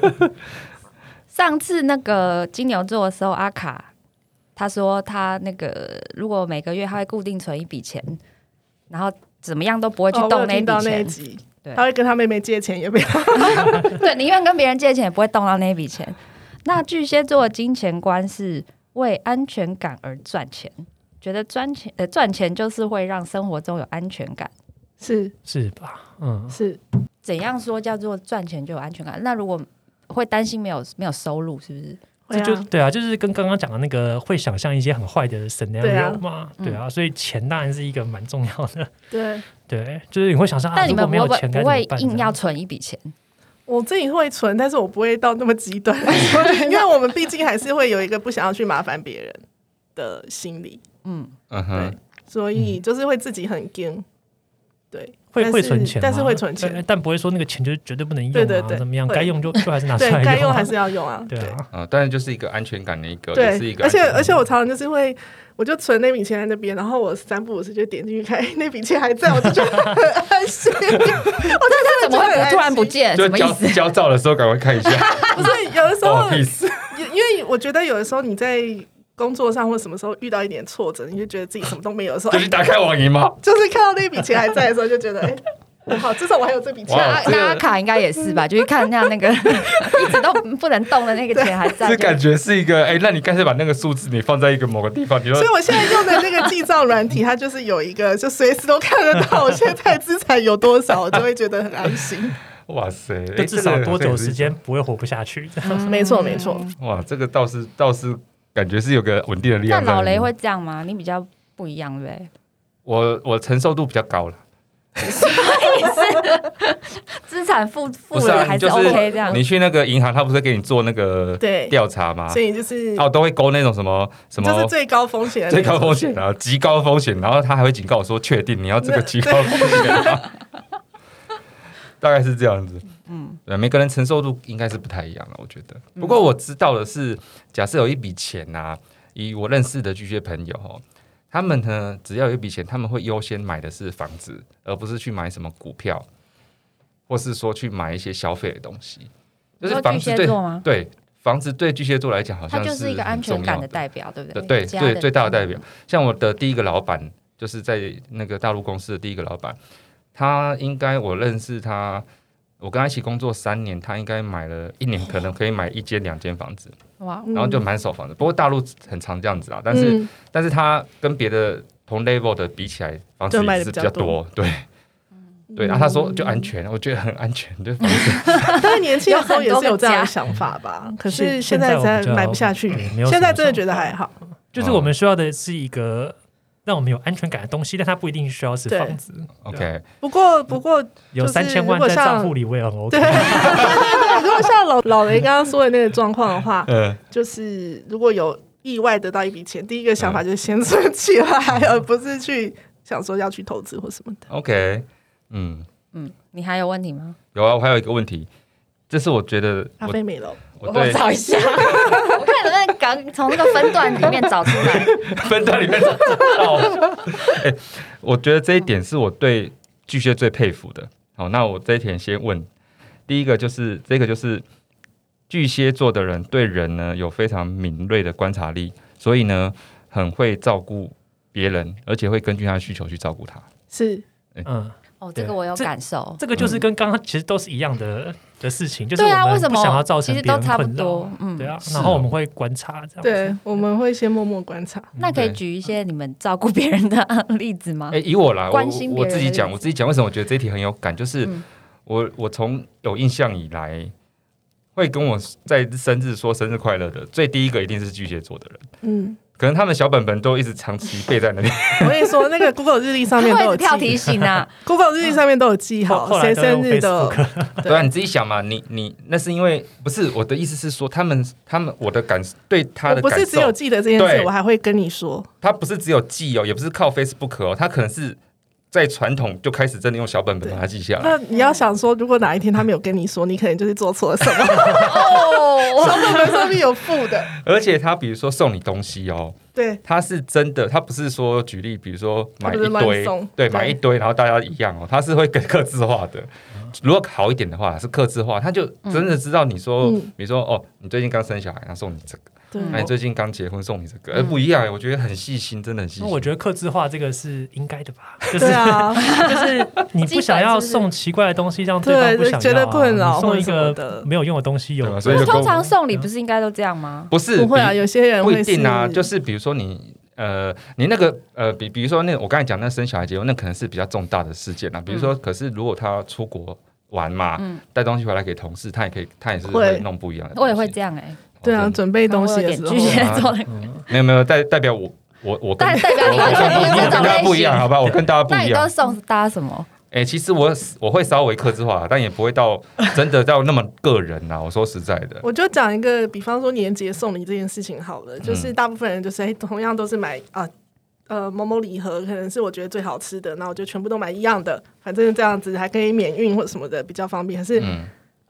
Speaker 1: 上次那个金牛座的时候，阿卡他说他那个如果每个月他会固定存一笔钱，然后怎么样都不会去
Speaker 3: 哦我有
Speaker 1: 动
Speaker 3: 听
Speaker 1: 笔
Speaker 3: 到那
Speaker 1: 钱，
Speaker 3: 一集
Speaker 1: 对，
Speaker 3: 他会跟他妹妹借钱，也没有，
Speaker 1: 对，宁愿跟别人借钱也不会动到那笔钱。那巨蟹座的金钱观是为安全感而赚钱，觉得赚钱呃赚钱就是会让生活中有安全感。
Speaker 3: 是
Speaker 2: 是吧？嗯，
Speaker 3: 是，
Speaker 1: 怎样说叫做赚钱就有安全感？那如果会担心没有没有收入，是不是？
Speaker 3: 会
Speaker 2: 这就
Speaker 3: 啊，
Speaker 2: 对啊，就是跟刚刚讲的那个会想象一些很坏的 scenario
Speaker 3: 啊
Speaker 2: 嘛，
Speaker 1: 嗯
Speaker 2: 对啊，所以钱当然是一个蛮重要的，
Speaker 3: 对
Speaker 2: 对，就是你会想象，啊
Speaker 1: 但你
Speaker 2: 如果
Speaker 1: 们
Speaker 2: 没
Speaker 1: 不
Speaker 2: 有
Speaker 1: 会
Speaker 2: 钱该
Speaker 1: 不
Speaker 2: 怎么
Speaker 1: 会
Speaker 2: 办
Speaker 1: 硬
Speaker 2: 呢
Speaker 1: 要存一笔钱？
Speaker 3: 我自己会存，但是我不会到那么极端，因为我们毕竟还是会有一个不想要去麻烦别人的心理，
Speaker 1: 嗯，
Speaker 5: 嗯哼，
Speaker 3: 所以就是会自己很惊，对，
Speaker 2: 会
Speaker 3: 但
Speaker 2: 会
Speaker 3: 是
Speaker 2: 存钱吗，
Speaker 3: 但是会存钱
Speaker 2: 对，但不会说那个钱就是绝对不能用
Speaker 3: 对对
Speaker 2: 啊，
Speaker 3: 对
Speaker 2: 怎么样，
Speaker 3: 会
Speaker 2: 该用就就还是拿出
Speaker 3: 对
Speaker 2: 来啊
Speaker 3: 该用还是要用啊，
Speaker 2: 对
Speaker 3: 对。
Speaker 2: 啊，
Speaker 5: 啊，当然就是一个安全感的一个，也是一
Speaker 3: 对，
Speaker 5: 个
Speaker 3: 而
Speaker 5: 安全
Speaker 3: 且
Speaker 5: 感，
Speaker 3: 而且我常常就是会，我就存那笔钱在那边，然后我三不五时就点进去看，哎那笔钱还在，我就觉得很安心。我就
Speaker 1: 这是怎怎么会不突然不见？
Speaker 5: 就
Speaker 1: 哎什么意
Speaker 5: 焦
Speaker 1: 思？
Speaker 5: 焦躁的时候赶快看一下，哦
Speaker 3: 不是有的时
Speaker 5: 不
Speaker 3: 候
Speaker 5: 好，意思，
Speaker 3: 因因为我觉得有的时候你在工作上或什么时候遇到一点挫折，你就觉得自己什么都没有的时候，
Speaker 5: 就
Speaker 3: 哎
Speaker 5: 去打开网银 嘛。
Speaker 3: 就是看到那笔钱还在的时候，就觉得哎、好，至少我还有这笔钱。
Speaker 5: 哇
Speaker 1: 那
Speaker 5: 这个
Speaker 1: 那阿卡应该也是吧？就是看一下那 个一直都不能动的那个钱还在，
Speaker 5: 这
Speaker 1: 就
Speaker 5: 感觉是一个，哎、那你干脆把那个数字你放在一个某个地方，你就
Speaker 3: 所以我现在用的那个记账软体，它就是有一个，就随时都看得到我现在资产有多少，我就会觉得很安心。
Speaker 5: 哇塞，
Speaker 2: 就
Speaker 5: 哎
Speaker 2: 至少多久时？
Speaker 5: 这个好像也是一
Speaker 2: 间不会活不下去。 这样
Speaker 3: 没错，没错。
Speaker 2: 嗯
Speaker 5: 种哇，这个倒是倒是感觉是有个稳定的力量
Speaker 1: 但
Speaker 5: 在里面。
Speaker 1: 老雷会这样吗？你比较不一样呗。
Speaker 5: 我我承受度比较高了，
Speaker 1: 资产负负
Speaker 5: 不是
Speaker 1: 了
Speaker 5: 啊，
Speaker 1: 还
Speaker 5: 你就是
Speaker 1: OK 这样，
Speaker 5: 你去那个银行，他不是给你做那个
Speaker 3: 对
Speaker 5: 调查吗
Speaker 3: 所？以就是，
Speaker 5: 哦，都会勾那种什么什
Speaker 3: 这是
Speaker 5: 么
Speaker 3: 最高风险的那
Speaker 5: 最
Speaker 3: 个
Speaker 5: 高
Speaker 3: 数
Speaker 5: 风
Speaker 3: 字
Speaker 5: 险啊，极高风险，然后他还会警告我说，确定你要这个极高风险、啊，大概是这样子。嗯，对，每个人承受度应该是不太一样了，我觉得。
Speaker 1: 嗯
Speaker 5: 不过我知道的是，假设有一笔钱呐、以我认识的巨蟹朋友哦，他们呢只要有一笔钱，他们会优先买的是房子，而不是去买什么股票，或是说去买一些消费的东西。
Speaker 1: 你
Speaker 5: 就是
Speaker 1: 说
Speaker 5: 房
Speaker 1: 巨
Speaker 5: 子
Speaker 1: 蟹
Speaker 5: 对
Speaker 1: 座吗？
Speaker 5: 对房子对巨蟹座来讲，好
Speaker 1: 它
Speaker 5: 像
Speaker 1: 就是一个
Speaker 5: 很
Speaker 1: 安全
Speaker 5: 重
Speaker 1: 感
Speaker 5: 要
Speaker 1: 的代表，对不对？
Speaker 5: 对
Speaker 1: 家
Speaker 5: 对，
Speaker 1: 的
Speaker 5: 最大的代表。像我的第一个老板，就是在那个大陆公司的第一个老板，他应该我认识他，我跟他一起工作三年，他应该买了一年，可能可以买一间两间房子，
Speaker 1: 哇，
Speaker 3: 嗯
Speaker 5: 然后就满手房子。不过大陆很常这样子啊，但是、
Speaker 3: 嗯
Speaker 5: 但是他跟别的同 level 的比起来，房子
Speaker 3: 就买
Speaker 5: 也
Speaker 3: 得
Speaker 5: 是
Speaker 3: 比
Speaker 5: 比
Speaker 3: 较
Speaker 5: 较
Speaker 3: 多嗯
Speaker 5: 多，对。对，啊然后他说就安全，我觉得很安全，就房 子
Speaker 3: 当然年轻的时候也是
Speaker 1: 有
Speaker 3: 有这样
Speaker 1: 很多个家
Speaker 3: 的想法吧，可
Speaker 2: 现
Speaker 3: 是现在
Speaker 2: 现在
Speaker 3: 实
Speaker 2: 我
Speaker 3: 在
Speaker 2: 比较
Speaker 3: 买不下
Speaker 2: 嗯
Speaker 3: 去
Speaker 2: 没有什，么
Speaker 3: 现在真的觉得还好。
Speaker 5: 哦
Speaker 2: 就是我们需要的是一个让我们有安全感的东西，但它不一定需要是
Speaker 3: 对啊
Speaker 2: 房子。
Speaker 5: OK。
Speaker 3: 不过，不过，
Speaker 2: 有
Speaker 3: 就是
Speaker 2: 三千万
Speaker 3: 如果
Speaker 2: 在
Speaker 3: 像
Speaker 2: 账户里，我也很 OK
Speaker 3: 对，。如果像老老雷刚刚说的那个状况的话，
Speaker 5: 嗯，
Speaker 3: 就是如果有意外得到一笔钱，第一个想
Speaker 2: 嗯
Speaker 3: 法就是先存起来，而不是去想说要去投资或什么的。
Speaker 5: OK，嗯，
Speaker 1: 嗯，你还有问题吗？
Speaker 5: 有啊，我还有一个问题，这是我觉得
Speaker 3: 咖
Speaker 5: 我
Speaker 3: 啡美容，
Speaker 5: 我对
Speaker 1: 找一 下，我看能不能赶从那个分段里面找出来。
Speaker 5: 分段里面找到。 哎我觉得这一点是我对巨蟹最佩服的。好，那我这一点先问，第一个就是这个就是巨蟹座的人对人呢有非常敏锐的观察力，所以呢很会照顾别人，而且会根据他的需求去照顾他。
Speaker 3: 是
Speaker 2: 嗯，
Speaker 1: 哦，这个我有感受。
Speaker 2: 这个就是
Speaker 5: 嗯
Speaker 2: 跟刚刚其实都是一样的的事情，就是
Speaker 1: 对啊，
Speaker 2: 我
Speaker 1: 为
Speaker 2: 们
Speaker 1: 什
Speaker 2: 不
Speaker 1: 么？
Speaker 2: 想要造成
Speaker 1: 其实
Speaker 2: 别
Speaker 1: 都
Speaker 2: 人
Speaker 1: 差不
Speaker 2: 困扰
Speaker 1: 多。。嗯，
Speaker 2: 对啊，
Speaker 5: 是
Speaker 2: 然后
Speaker 5: 哦
Speaker 2: 我们会观察这样。
Speaker 3: 对，我们会先默默观
Speaker 5: 嗯
Speaker 3: 察。
Speaker 1: 那可以举一些你们照顾别人的 例子吗
Speaker 5: 哎、？以我来，我
Speaker 1: 啊关心别
Speaker 5: 我
Speaker 1: 人
Speaker 5: 自己
Speaker 1: 的
Speaker 5: 讲，
Speaker 1: 例
Speaker 5: 我
Speaker 1: 子
Speaker 5: 自己讲，为什么我觉得这一题很有感，就是
Speaker 1: 嗯
Speaker 5: 我我从有印象以来，会跟我在生日说生日快乐的，最第一个一定是巨蟹座的人。
Speaker 3: 嗯，
Speaker 5: 可能他们小本本都一直长期背 在那里。
Speaker 3: 我跟你说，那个 Google 日历上 面
Speaker 1: 会
Speaker 3: 都
Speaker 1: 一
Speaker 3: 有
Speaker 1: 直跳
Speaker 3: 记
Speaker 1: 提醒 啊，
Speaker 3: ，Google 日历上面都有记
Speaker 2: 后后
Speaker 3: 好
Speaker 2: 来
Speaker 3: 谁
Speaker 2: 都用
Speaker 3: 生日的
Speaker 2: Facebook，
Speaker 5: 对啊，你自己想嘛，你你那是因为不是我的意思是说，他们他们我的感对他
Speaker 3: 我
Speaker 5: 的
Speaker 3: 不
Speaker 5: 感
Speaker 3: 是只有
Speaker 5: 受，
Speaker 3: 记得这件事
Speaker 5: 对，
Speaker 3: 我还会跟你说。
Speaker 5: 他不是只有记哦，也不是靠 Facebook 哦，他可能是在传统就开始真的用小本本把它记下来。
Speaker 3: 那你要想说，如果哪一天他没有跟你说，你可能就是做错了什 么。
Speaker 1: 哦，
Speaker 3: 小本本上面有附的，
Speaker 5: 而且他比如说送你东西哦，
Speaker 3: 对，
Speaker 5: 他是真的，他不是说举例，比如说买
Speaker 3: 他不
Speaker 5: 一
Speaker 3: 是乱
Speaker 5: 堆
Speaker 3: 送，对
Speaker 5: 对，买一堆，然后大家一样哦，他是会 跟刻字化的。如果好一点的话是刻字化，他就真的知道你说，
Speaker 3: 嗯
Speaker 5: 比如说哦，你最近刚生小孩，他送你这个。
Speaker 3: 对
Speaker 1: 嗯
Speaker 5: 那你哎最近刚结婚送你这个，哎、不一样、我觉得很细心，真的很细
Speaker 2: 那
Speaker 5: 心。
Speaker 2: 我觉得克制化这个是应该的吧？就是
Speaker 3: 对啊，
Speaker 2: 就是你不想要
Speaker 1: 基本是不是
Speaker 2: 送奇怪的东西，让对方不想要啊、
Speaker 3: 对觉得困扰
Speaker 2: 你送一
Speaker 3: 或者什么
Speaker 2: 个
Speaker 3: 的
Speaker 2: 没有用的东西有
Speaker 5: 对啊，所以就
Speaker 1: 通常送礼不是应该都这样吗？
Speaker 5: 不是
Speaker 3: 不会啊，
Speaker 5: 比
Speaker 3: 有些人
Speaker 5: 不
Speaker 3: 会
Speaker 5: 一定啊，就是是比如说你呃，你那个呃，比比如说那我刚才讲那生小孩结婚，那可能是比较重大的事件啊。比如说，
Speaker 1: 嗯
Speaker 5: 可是如果他出国玩嘛，带东西回来给同事，他也可以，他也是
Speaker 3: 会
Speaker 5: 会弄不一样的东西。
Speaker 1: 我也会这样哎，
Speaker 3: 对啊，
Speaker 5: 哦真的
Speaker 3: 准备东西
Speaker 1: 有
Speaker 3: 的
Speaker 1: 点
Speaker 3: 时
Speaker 1: 巨蟹
Speaker 3: 候，
Speaker 1: 座的
Speaker 5: 没有没有代代表我我我跟
Speaker 1: 但代表你完全不是
Speaker 5: 我
Speaker 1: 这
Speaker 5: 跟
Speaker 1: 种
Speaker 5: 大
Speaker 1: 类
Speaker 5: 家不一样，
Speaker 1: 型。
Speaker 5: 好吧？我跟大家不
Speaker 1: 那
Speaker 5: 一
Speaker 1: 你都
Speaker 5: 样。
Speaker 1: 送大家什么？
Speaker 5: 哎、其实我我会稍微克制化，但也不会到真的到那么个人呐、我说实在的，
Speaker 3: 我就讲一个，比方说年节送礼这件事情好了，
Speaker 5: 嗯
Speaker 3: 就是大部分人就是哎，同样都是买啊。呃，某某礼盒可能是我觉得最好吃的，那我就全部都买一样的，反正这样子还可以免运或者什么的，比较方便。可是
Speaker 5: 嗯。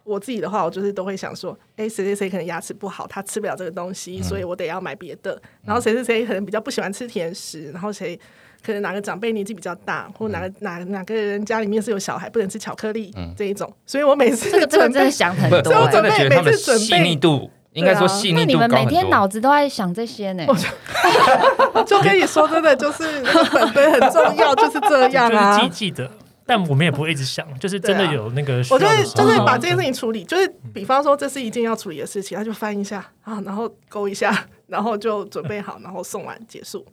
Speaker 3: 我自己的话，我就是都会想说，哎，谁谁谁可能牙齿不好，他吃不了这个东西，所以我得要买别的。然后谁谁谁可能比较不喜欢吃甜食，然后谁可能哪个长辈年纪比较大，或哪个、哪哪个人家里面是有小孩不能吃巧克力、
Speaker 5: 嗯
Speaker 3: 这一种，所以我每次
Speaker 1: 这个这个
Speaker 3: 准
Speaker 1: 真的
Speaker 3: 备
Speaker 1: 想很
Speaker 5: 不，
Speaker 1: 多、
Speaker 3: 这我
Speaker 5: 我
Speaker 1: 欸
Speaker 5: 真。的
Speaker 3: 准备
Speaker 5: 觉得
Speaker 3: 每
Speaker 5: 他们
Speaker 3: 次准备
Speaker 5: 细腻度，应该说细
Speaker 1: 啊那
Speaker 5: 腻
Speaker 1: 你
Speaker 5: 度高
Speaker 1: 们
Speaker 5: 很多。
Speaker 1: 每天脑子都在想这些 呢？
Speaker 3: 就跟你说真的就是那个本本很重要，就是这
Speaker 2: 就
Speaker 3: 样啊
Speaker 2: 是。记记得，但我们也不会一直想，就是真的
Speaker 3: 对啊
Speaker 2: 有那个需要
Speaker 3: 我就
Speaker 2: 的
Speaker 3: 会
Speaker 2: 时
Speaker 3: 就
Speaker 2: 候
Speaker 3: 会把这件事情处理，就是比方说这是一件要处理的事情，他就翻一下啊，然后勾一下，然后就准备好，然后送完结束。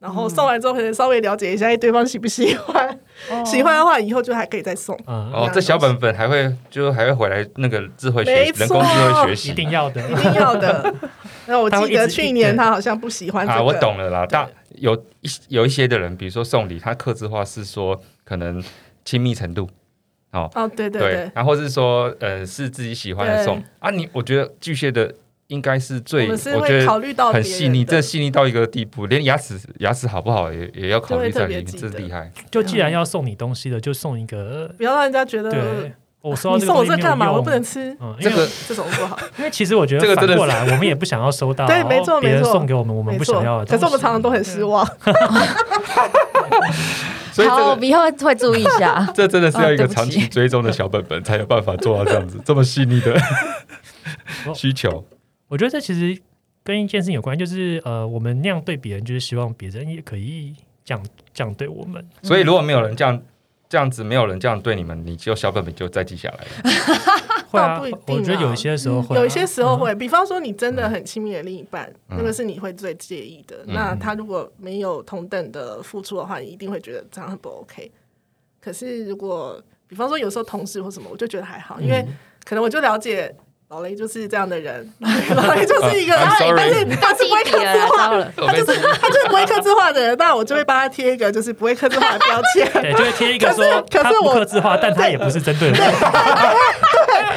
Speaker 3: 然后送完之后，可能稍微了解一下哎对方喜不喜欢，
Speaker 2: 哦
Speaker 3: 喜欢的话以后就还可以再送。
Speaker 2: 嗯，
Speaker 5: 哦，这小本本还会就还会回来那个智慧学
Speaker 3: 没错
Speaker 5: 人工智慧学
Speaker 2: 一
Speaker 5: 习
Speaker 2: 定要的，
Speaker 3: 一定要的。那我
Speaker 2: 他会
Speaker 3: 记
Speaker 2: 一
Speaker 3: 得
Speaker 2: 直
Speaker 3: 去
Speaker 2: 一
Speaker 3: 年
Speaker 2: 对
Speaker 3: 他好像不喜欢这个，
Speaker 5: 啊，我懂了啦。大有一有一些的人，比如说送礼，他刻字化是说可能亲密程度。哦，
Speaker 3: 哦，对对
Speaker 5: 对
Speaker 3: 对，，
Speaker 5: 然后是说，呃，是自己喜欢的送
Speaker 3: 对
Speaker 5: 啊你。我觉得巨蟹的应该是
Speaker 3: 我
Speaker 5: 最，
Speaker 3: 们是
Speaker 5: 我觉
Speaker 3: 会考
Speaker 5: 得
Speaker 3: 虑到
Speaker 5: 很
Speaker 3: 别人
Speaker 5: 细腻，
Speaker 3: 的
Speaker 5: 这细腻到一个地步，连牙齿牙齿好不好也也要考虑在里面，
Speaker 3: 就会特别
Speaker 5: 这
Speaker 3: 记得
Speaker 5: 厉害。
Speaker 2: 就既然要送你东西的，就送一个。
Speaker 3: 不要让人家觉得
Speaker 2: 对，我收到
Speaker 3: 呃你
Speaker 2: 这个
Speaker 3: 送我
Speaker 2: 东西没
Speaker 3: 这
Speaker 2: 有
Speaker 3: 干嘛，我
Speaker 2: 用
Speaker 3: 不能。吃，
Speaker 2: 嗯，因
Speaker 5: 这
Speaker 2: 为
Speaker 5: 个
Speaker 3: 这种不好。
Speaker 2: 因为其实我觉
Speaker 5: 这
Speaker 2: 得
Speaker 5: 个真的
Speaker 2: 反过来，我们也不想要收到
Speaker 3: 对没错
Speaker 2: 别人
Speaker 3: 没错
Speaker 2: 送给我们我们
Speaker 3: 没
Speaker 2: 不
Speaker 3: 错
Speaker 2: 想要的，东西。
Speaker 3: 可是我们常常都很失望。
Speaker 5: 所以这
Speaker 1: 好，我
Speaker 5: 个。
Speaker 1: 们以后会注意一下
Speaker 5: 这真的是要一
Speaker 1: 啊对
Speaker 5: 个
Speaker 1: 不起
Speaker 5: 长期追踪的小本本，才有办法做到这样子这么细腻的
Speaker 2: 哦
Speaker 5: 需求。
Speaker 2: 我觉得这其实跟一件事情有关，就是呃，我们那样对别人，就是希望别人也可以这样这样对我们。
Speaker 5: 所以如果没有人这样这样子，没有人这样对你们，你就小本本就再记下来了。
Speaker 2: 会啊，
Speaker 3: 不一定啊
Speaker 2: 我觉得有一些时候会啊、
Speaker 3: 有一些时候
Speaker 2: 嗯
Speaker 3: 会，比方说你真的很亲密的另一半，
Speaker 5: 嗯
Speaker 3: 那个是你会最介意的。
Speaker 5: 嗯
Speaker 3: 那他如果没有同等的付出的话，你一定会觉得这样很不 OK。可是如果比方说有时候同事或什么，我就觉得还好，因
Speaker 5: 嗯
Speaker 3: 为可能我就了解老雷就是这样的 人，老雷就是一个，哎
Speaker 5: I'm
Speaker 3: 但
Speaker 5: sorry
Speaker 3: 是但是不会
Speaker 1: 第一题
Speaker 3: 克
Speaker 1: 了
Speaker 3: 制
Speaker 1: 啦，
Speaker 3: 化
Speaker 1: 糟，了，
Speaker 5: 我 跟
Speaker 3: 他就是不会克制化的人，那我就会帮他贴一个就是不会克制化的标签。
Speaker 2: 对，就会贴一个说
Speaker 3: 可是可是
Speaker 2: 他不
Speaker 3: 我
Speaker 2: 克制化，但他也不是针对我。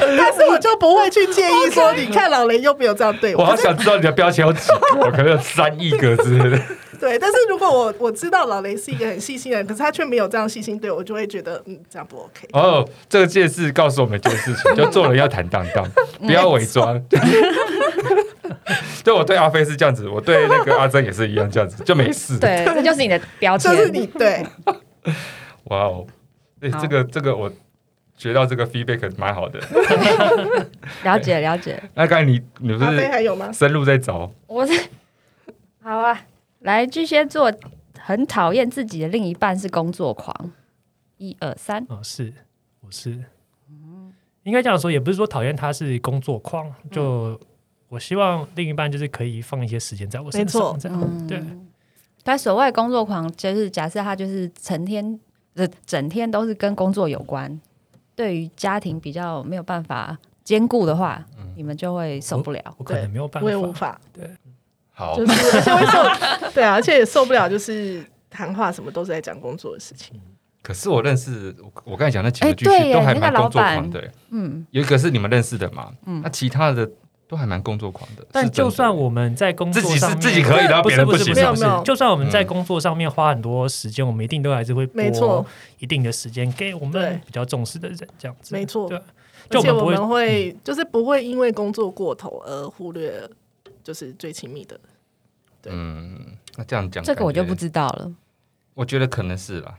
Speaker 3: 但是我就不会去介意说，你看老雷又没有这样对
Speaker 5: 我
Speaker 3: 我
Speaker 5: 好。想知道你的标签有几个，我可能有三亿个之类的。
Speaker 3: 对，但是如果我我知道老雷是一个很细心的人，可是他却没有这样细心对我，我就会觉得嗯，这样不 OK。
Speaker 5: 哦，这件事告诉我们一件事情，就做人要坦荡荡，不要伪装。 对，我对阿飞是这样子，我对那个阿珍也是一样这样子，就没事。，
Speaker 1: 对，这就是你的标签
Speaker 3: 就。是你对，
Speaker 5: 哇哦，对，
Speaker 1: 好
Speaker 5: 这个这个我学到这个 feedback 蛮好的。
Speaker 1: 了解了解，
Speaker 5: 那刚才你你不
Speaker 3: 阿飞
Speaker 5: 是
Speaker 3: 还有吗？
Speaker 5: 深入在找，
Speaker 1: 我 是好啊。来，巨蟹座很讨厌自己的另一半是工作狂，一二三，
Speaker 2: 哦，是，我是，应该这样说，也不是说讨厌他是工作狂，
Speaker 3: 嗯
Speaker 2: 就我希望另一半就是可以放一些时间在我身
Speaker 3: 没
Speaker 2: 上，
Speaker 3: 错嗯
Speaker 2: 这样对。
Speaker 1: 他所谓的工作狂，就是假设他就是成天呃整天都是跟工作有关，对于家庭比较没有办法兼顾的话，
Speaker 5: 嗯
Speaker 1: 你们就会受不了。
Speaker 2: 我可能没有办
Speaker 3: 我也无
Speaker 2: 法，
Speaker 3: 法，
Speaker 5: 好
Speaker 3: 就是而且会受，对啊，而且也受不了，就是谈话什么都是在讲工作的事情。
Speaker 5: 可是我认识我我刚才讲那几
Speaker 1: 哎
Speaker 5: 个剧
Speaker 1: 对耶
Speaker 5: 都还
Speaker 1: 那
Speaker 5: 蛮
Speaker 1: 个老
Speaker 5: 工作
Speaker 1: 板
Speaker 5: 狂的，欸
Speaker 1: 嗯，
Speaker 5: 有一个是你们认识的嘛，那其他的都还蛮工作狂的。
Speaker 2: 但
Speaker 5: 是真
Speaker 2: 就
Speaker 5: 的
Speaker 2: 算我们在工作
Speaker 5: 自己是
Speaker 2: 上面
Speaker 5: 自己可以的，然后
Speaker 2: 不
Speaker 5: 别
Speaker 2: 是
Speaker 5: 人
Speaker 2: 不是
Speaker 5: 行
Speaker 2: 不是
Speaker 3: 没有
Speaker 2: 不
Speaker 3: 没有
Speaker 2: 是，就算我们在
Speaker 5: 嗯
Speaker 2: 工作上面花很多时间，我们一定都还是会
Speaker 3: 没错
Speaker 5: 哦
Speaker 2: 拨一定的时间给我们
Speaker 3: 对
Speaker 2: 比较重视的人，这样子
Speaker 3: 没错
Speaker 2: 对，啊
Speaker 3: 而
Speaker 2: 就
Speaker 3: 且
Speaker 2: 我们
Speaker 3: 我
Speaker 2: 不会
Speaker 3: 们会就是不会因为工作过头而忽略，就是最亲密的。
Speaker 5: 嗯，那这样讲
Speaker 1: 这个我就
Speaker 5: 感觉
Speaker 1: 不知道 了，
Speaker 5: 我觉得可能是啦。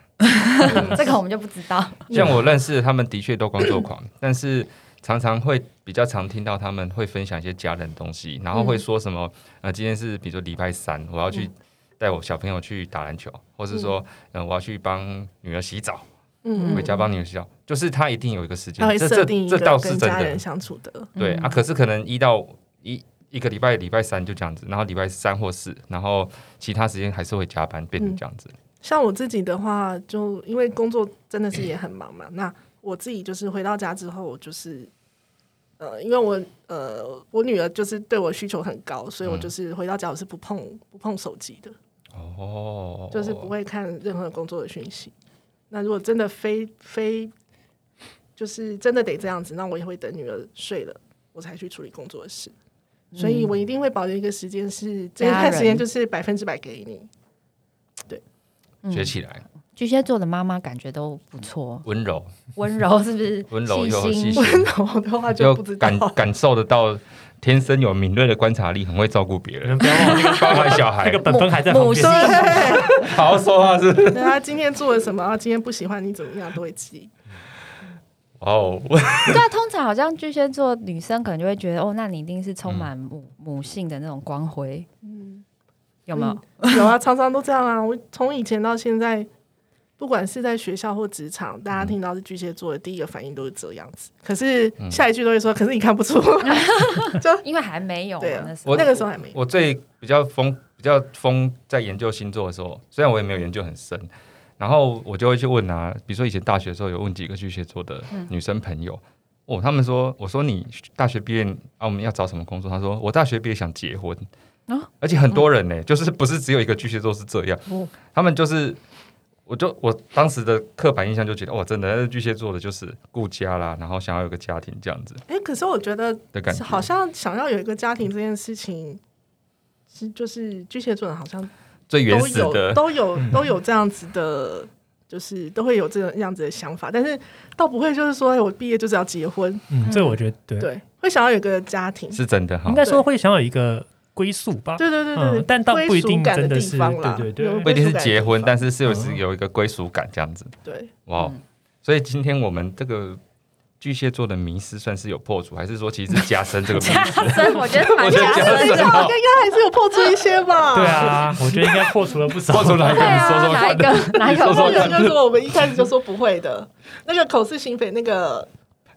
Speaker 1: 这个我们就不知道。
Speaker 5: 像我认识的他们，的确都工作狂，但是常常会比较常听到他们会分享一些家人的东西，然后会说什么、
Speaker 1: 嗯
Speaker 5: 呃，今天是比如说礼拜三，我要去带我小朋友去打篮球，或是说嗯、呃我要去帮女儿洗澡，
Speaker 3: 嗯，
Speaker 5: 回家帮女儿洗澡，就是他一定有一个时间
Speaker 3: 他，会
Speaker 5: 这
Speaker 3: 设
Speaker 5: 这
Speaker 3: 定一
Speaker 5: 这
Speaker 3: 个
Speaker 5: 倒是
Speaker 3: 跟
Speaker 5: 真
Speaker 3: 家
Speaker 5: 的
Speaker 3: 人，嗯相处的，
Speaker 5: 对、啊。可是可能一到一一个礼拜，礼拜三就这样子，然后礼拜三或四，然后其他时间还是会加班，变成这样子。
Speaker 3: 像我自己的话，就因为工作真的是也很忙嘛，那我自己就是回到家之后，我就是呃，因为我呃，我女儿就是对我需求很高，所以我
Speaker 5: 嗯
Speaker 3: 就是回到家我是不碰不碰手机的，
Speaker 5: 哦，
Speaker 3: 就是不会看任何工作的讯息。那如果真的非非就是真的得这样子，那我也会等女儿睡了，我才去处理工作的事。所以我
Speaker 5: 嗯
Speaker 3: 一定会保留一个时间是，这一
Speaker 1: 家
Speaker 3: 段时间
Speaker 1: 人
Speaker 3: 就是百分之百给你。
Speaker 5: 学起来。
Speaker 1: 巨蟹座的妈妈感觉都不错，
Speaker 5: 温柔，
Speaker 1: 温柔是不是？
Speaker 5: 温柔又
Speaker 1: 细
Speaker 5: 细
Speaker 1: 心
Speaker 5: 心，
Speaker 3: 温柔的话就
Speaker 5: 就
Speaker 3: 不知道
Speaker 5: 感。 感受得到，天生有敏锐的观察力，很会照顾别
Speaker 2: 你
Speaker 5: 人
Speaker 2: 们，不要忘了那个
Speaker 5: 包含小
Speaker 2: 那
Speaker 5: 孩
Speaker 2: 个，本分还在旁
Speaker 1: 母
Speaker 2: 边
Speaker 1: 性，
Speaker 5: 好好说 话是不是。
Speaker 3: 对啊他今天做了什么，然后今天不喜欢你怎么样都会记。
Speaker 5: 哦，
Speaker 1: 对啊，通常好像巨蟹座女生可能就会觉得，哦，那你一定是充满母、母性的那种光辉，
Speaker 3: 嗯，
Speaker 1: 有没有？
Speaker 3: 有 啊，常常都这样啊。我从以前到现在，不管是在学校或职场，大家听到是巨蟹座的第一个反应都是这样子。可是
Speaker 5: 嗯
Speaker 3: 下一句都会说：“可是你看不出。
Speaker 1: 因为还没有
Speaker 3: 对
Speaker 1: 嘛
Speaker 3: 啊
Speaker 1: 那时”候
Speaker 5: 我
Speaker 3: 那个时候还没。
Speaker 5: 我最比较疯，比较疯在研究星座的时候，虽然我也没有研究很深，然后我就会去问啊，比如说以前大学的时候有问几个巨蟹座的
Speaker 3: 嗯
Speaker 5: 女生朋友，哦，他们说，我说你大学毕业啊，我们要找什么工作？他说我大学毕业想结婚，
Speaker 3: 哦
Speaker 1: 啊
Speaker 5: 而且很
Speaker 3: 嗯
Speaker 5: 多人呢、就是不是只有一个巨蟹座是这样，
Speaker 1: 哦
Speaker 5: 他们就是。我就我当时的刻板印象就觉得，哇，真的，那巨蟹座的就是顾家啦，然后想要有个家庭这样子
Speaker 3: 哎、可是我觉得
Speaker 5: 的感觉。
Speaker 3: 好像想要有一个家庭这件事情，是就是巨蟹座人好像
Speaker 5: 最原
Speaker 3: 都
Speaker 5: 始
Speaker 3: 有
Speaker 5: 的，
Speaker 3: 都有
Speaker 2: 嗯
Speaker 3: 都有这样子的，就是都会有这种样子的想法，但是倒不会就是说哎我毕业就是要结婚，
Speaker 2: 嗯，这我觉得对，
Speaker 3: 对，会想要有个家庭，
Speaker 5: 是真的哈
Speaker 2: 应。该说会想有一个归宿吧。
Speaker 3: 对对对对对
Speaker 2: 嗯，但倒不一定
Speaker 3: 归属感
Speaker 2: 真的
Speaker 3: 地
Speaker 2: 是
Speaker 3: 方啦，
Speaker 2: 对对对
Speaker 3: 有
Speaker 5: 不一定是结婚，但
Speaker 3: 是
Speaker 5: 是是有
Speaker 2: 嗯
Speaker 5: 是有一个归属感这样子。
Speaker 3: 对，
Speaker 5: 哇、
Speaker 1: 嗯
Speaker 5: 所以今天我们这个巨蟹座的迷失算是有破除，还是说其实是加 深这个迷
Speaker 1: 加
Speaker 5: 失？
Speaker 1: 深，我觉得蛮
Speaker 5: 我觉得
Speaker 1: 加
Speaker 5: 加
Speaker 1: 深
Speaker 5: 深
Speaker 1: 的。
Speaker 5: 了，
Speaker 3: 那还是有破除一些吧，
Speaker 2: 对。啊，我觉得应该破除了不少。
Speaker 5: 破除哪一
Speaker 1: 对
Speaker 5: 个？你
Speaker 1: 啊，
Speaker 5: 说说
Speaker 1: 哪一
Speaker 5: 看。
Speaker 1: 个哪一
Speaker 5: 你
Speaker 1: 个
Speaker 5: 说说
Speaker 1: 梦
Speaker 3: 那
Speaker 5: 看
Speaker 3: 个就是我们一开始就说不会的，那个口是心非，那个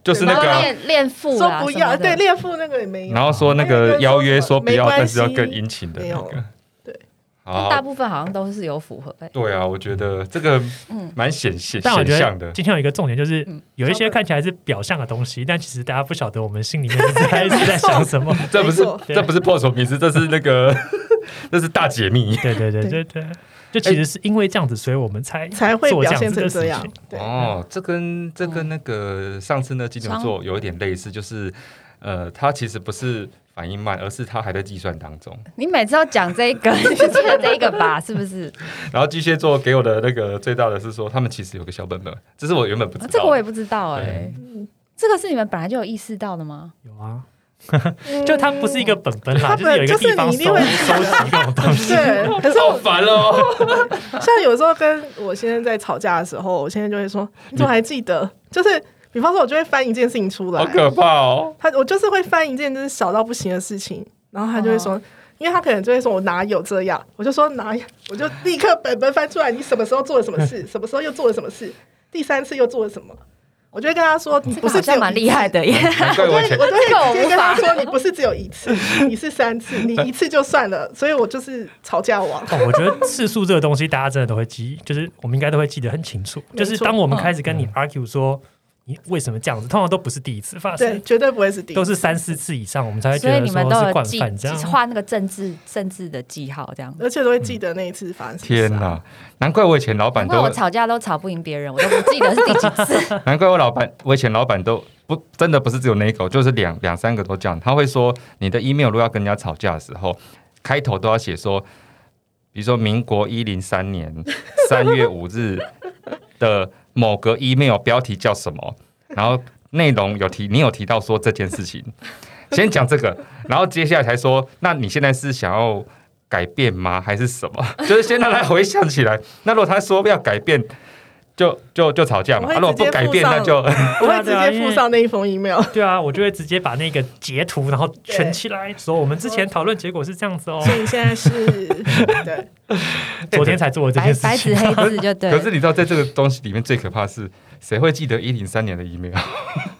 Speaker 5: 就是那个
Speaker 1: 然后
Speaker 5: 啊、
Speaker 1: 恋恋父
Speaker 3: 说
Speaker 1: 啦
Speaker 3: 不
Speaker 1: 什么
Speaker 3: 要，
Speaker 1: 的
Speaker 3: 对恋父那个也没有，
Speaker 5: 然后说那
Speaker 3: 那
Speaker 5: 个
Speaker 3: 个
Speaker 5: 邀约说不要，
Speaker 3: 没关系
Speaker 5: 但是要更殷勤的
Speaker 3: 没
Speaker 5: 那
Speaker 3: 有
Speaker 5: 个。
Speaker 3: 对，
Speaker 5: 好
Speaker 1: 大部分好像都是有符合、欸。
Speaker 5: 对啊，我觉得这个
Speaker 1: 嗯
Speaker 5: 蛮显显
Speaker 2: 但我
Speaker 5: 显
Speaker 2: 觉
Speaker 5: 像
Speaker 2: 得
Speaker 5: 的。
Speaker 2: 今天有一个重点，就是
Speaker 1: 嗯
Speaker 2: 有一些看起来是表象的东西，但其实大家不晓得我们心里面是在 是在想什么。
Speaker 5: 这不是
Speaker 3: 没错
Speaker 5: 这不是破除迷失，这是那个 这是大解密。
Speaker 2: 对对对对对，就其实是因为这样子，所以我们才
Speaker 3: 才会
Speaker 2: 做这
Speaker 3: 表
Speaker 2: 样
Speaker 3: 现
Speaker 2: 子
Speaker 3: 成
Speaker 2: 的
Speaker 3: 这
Speaker 2: 事
Speaker 3: 样
Speaker 2: 情。。
Speaker 3: 对，
Speaker 1: 嗯
Speaker 5: 哦，这跟这跟那个上次那金牛座有一点类似，就是呃，它其实不是反应慢，而是它还在计算当中。
Speaker 1: 你每次要讲这个，你就记得这个吧，是不是？
Speaker 5: 然后巨蟹座给我的那个最大的是说，他们其实有个小本本，这是我原本不知
Speaker 1: 啊
Speaker 5: 道。
Speaker 1: 这个 我也不知道哎、
Speaker 5: 对
Speaker 1: 这个是你们本来就有意识到的吗？
Speaker 2: 有啊， 就它不是一个本本啦，
Speaker 3: 嗯它
Speaker 2: 就是有一个
Speaker 3: 就是
Speaker 2: 地方
Speaker 3: 你一定
Speaker 2: 收
Speaker 3: 会
Speaker 2: 收集这种东西。
Speaker 3: 对，可是
Speaker 5: 好烦哦！
Speaker 3: 像有时候跟我先生在吵架的时候，我先生就会说：“你怎么还记得？”就是比方说，我就会翻一件事情出
Speaker 5: 好
Speaker 3: 来，
Speaker 5: 可怕 哦！
Speaker 3: 他我就是会翻一件就是小到不行的事情，然后他就会
Speaker 1: 啊
Speaker 3: 说。因为他可能就会说：“我哪有这样？”我就说：“哪有？”我就立刻本本翻出来，你什么时候做了什么 事，什么时候又做了什么事，第三次又做了什么。我就会跟他说：“你
Speaker 1: 这
Speaker 3: 不
Speaker 1: 个好
Speaker 3: 是只
Speaker 1: 像
Speaker 3: 有
Speaker 1: 蛮
Speaker 3: 一
Speaker 1: 厉害的耶。
Speaker 5: 难怪我
Speaker 3: 对，
Speaker 5: 以前
Speaker 3: 我就
Speaker 1: 这个我
Speaker 3: 会直接
Speaker 1: 无
Speaker 3: 跟
Speaker 1: 法
Speaker 3: 他说：“你不是只有一次，你是三次，你一次就算了。”所以我就是吵架王。
Speaker 2: 哦，我觉得次数这个东西，大家真的都会记，就是我们应该都会记得很清楚。
Speaker 3: 没
Speaker 2: 就
Speaker 3: 错
Speaker 2: 是当我
Speaker 1: 嗯
Speaker 2: 们开始跟你
Speaker 5: 嗯
Speaker 2: argue 说你为什么这样子，通常都不是第一次发
Speaker 3: 对，
Speaker 2: 生，
Speaker 3: 绝对不会是第一
Speaker 2: 都
Speaker 3: 次。
Speaker 2: 是三四次以上，我们才会觉
Speaker 1: 所以
Speaker 2: 得
Speaker 1: 你们
Speaker 2: 说
Speaker 1: 都
Speaker 2: 是
Speaker 1: 有
Speaker 2: 惯
Speaker 1: 记
Speaker 2: 犯这样。
Speaker 1: 画那个政治政治的记号， 这样。
Speaker 3: 而且都会记得那一次发生什么事啊
Speaker 5: 天哪，难怪我以前老板
Speaker 1: 难怪我
Speaker 5: 都
Speaker 1: 吵架都吵不赢别人，我都不记得是第几 次。
Speaker 5: 难怪我老板，我以前老板都不真的不是只有那一个，就是两两三个都这样。他会说，你的 email 如果要跟人家吵架的时候，开头都要写说，比如说民国一零三年 三月五日的某个 email 标题叫什么，然后内容有提，你有提到说这件事情，先讲这个，然后接下来才说，那你现在是想要。改变吗？还是什么？ 就是先让他回想起来。那如果他说要改变，就就就吵架嘛。
Speaker 3: 我会
Speaker 5: 啊如果
Speaker 3: 直接
Speaker 5: 不改变，
Speaker 3: 附
Speaker 5: 那
Speaker 3: 上
Speaker 5: 就
Speaker 3: 我会直接附上那一封 email。
Speaker 2: 啊对啊，我就会直接把那个截图，然后圈起来，说我们之前讨论结果是这样子哦
Speaker 3: 所。以你现在是对，
Speaker 2: 昨天才做的这
Speaker 1: 白
Speaker 2: 件
Speaker 1: 白
Speaker 2: 事
Speaker 1: 纸
Speaker 2: 情，
Speaker 1: 黑字就对
Speaker 5: 可
Speaker 1: 了。
Speaker 5: 是你知道，在这个东西里面最可怕的是，谁会记得一零三年的 email？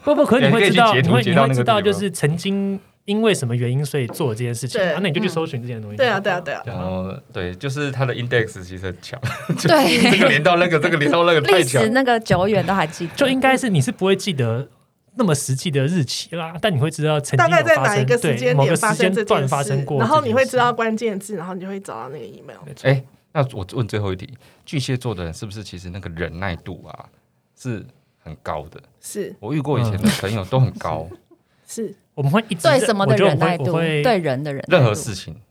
Speaker 2: 不不，可是你会知道，
Speaker 5: 你可以去截
Speaker 2: 你
Speaker 5: 图
Speaker 2: 会
Speaker 5: 截
Speaker 2: 你
Speaker 5: 到
Speaker 2: 会
Speaker 5: 那个
Speaker 2: 知道，
Speaker 5: 地
Speaker 2: 就
Speaker 5: 方
Speaker 2: 是曾经因为什么原因所以做了这件事情，
Speaker 3: 对
Speaker 2: 啊那你就去
Speaker 1: 嗯
Speaker 2: 搜寻这件东西。
Speaker 3: 对啊，对啊，对啊。
Speaker 5: 然后对，就是它的 index 其实很强， 这个
Speaker 1: 对，
Speaker 5: 连到那个，这个连 到那个太
Speaker 1: 历
Speaker 5: 强
Speaker 1: 史。那个久远都还记
Speaker 2: 就
Speaker 1: 得。
Speaker 2: 应该是你是不会记得那么实际的日期啦，哎但你会知道曾经
Speaker 3: 大概
Speaker 2: 有
Speaker 3: 在
Speaker 2: 发
Speaker 3: 哪一
Speaker 2: 生
Speaker 3: 个
Speaker 2: 对
Speaker 3: 时间
Speaker 2: 某个
Speaker 3: 点
Speaker 2: 时
Speaker 3: 生
Speaker 2: 间
Speaker 3: 这
Speaker 2: 段
Speaker 3: 件
Speaker 2: 发生
Speaker 3: 事
Speaker 2: 过，，
Speaker 3: 然后你会知。道关键字，然后你就会找到那个 email。
Speaker 5: 哎、那我问最后一题，巨蟹座的人是不是其实那个忍耐度啊是很高的？
Speaker 3: 是
Speaker 5: 我遇过以前的朋友都很 高，
Speaker 3: 是，
Speaker 2: 我们会一直
Speaker 1: 对什么的
Speaker 2: 我觉得
Speaker 1: 忍
Speaker 2: 我会
Speaker 1: 耐度
Speaker 2: 我，会
Speaker 1: 对人的忍耐度，
Speaker 5: 任何事情，嗯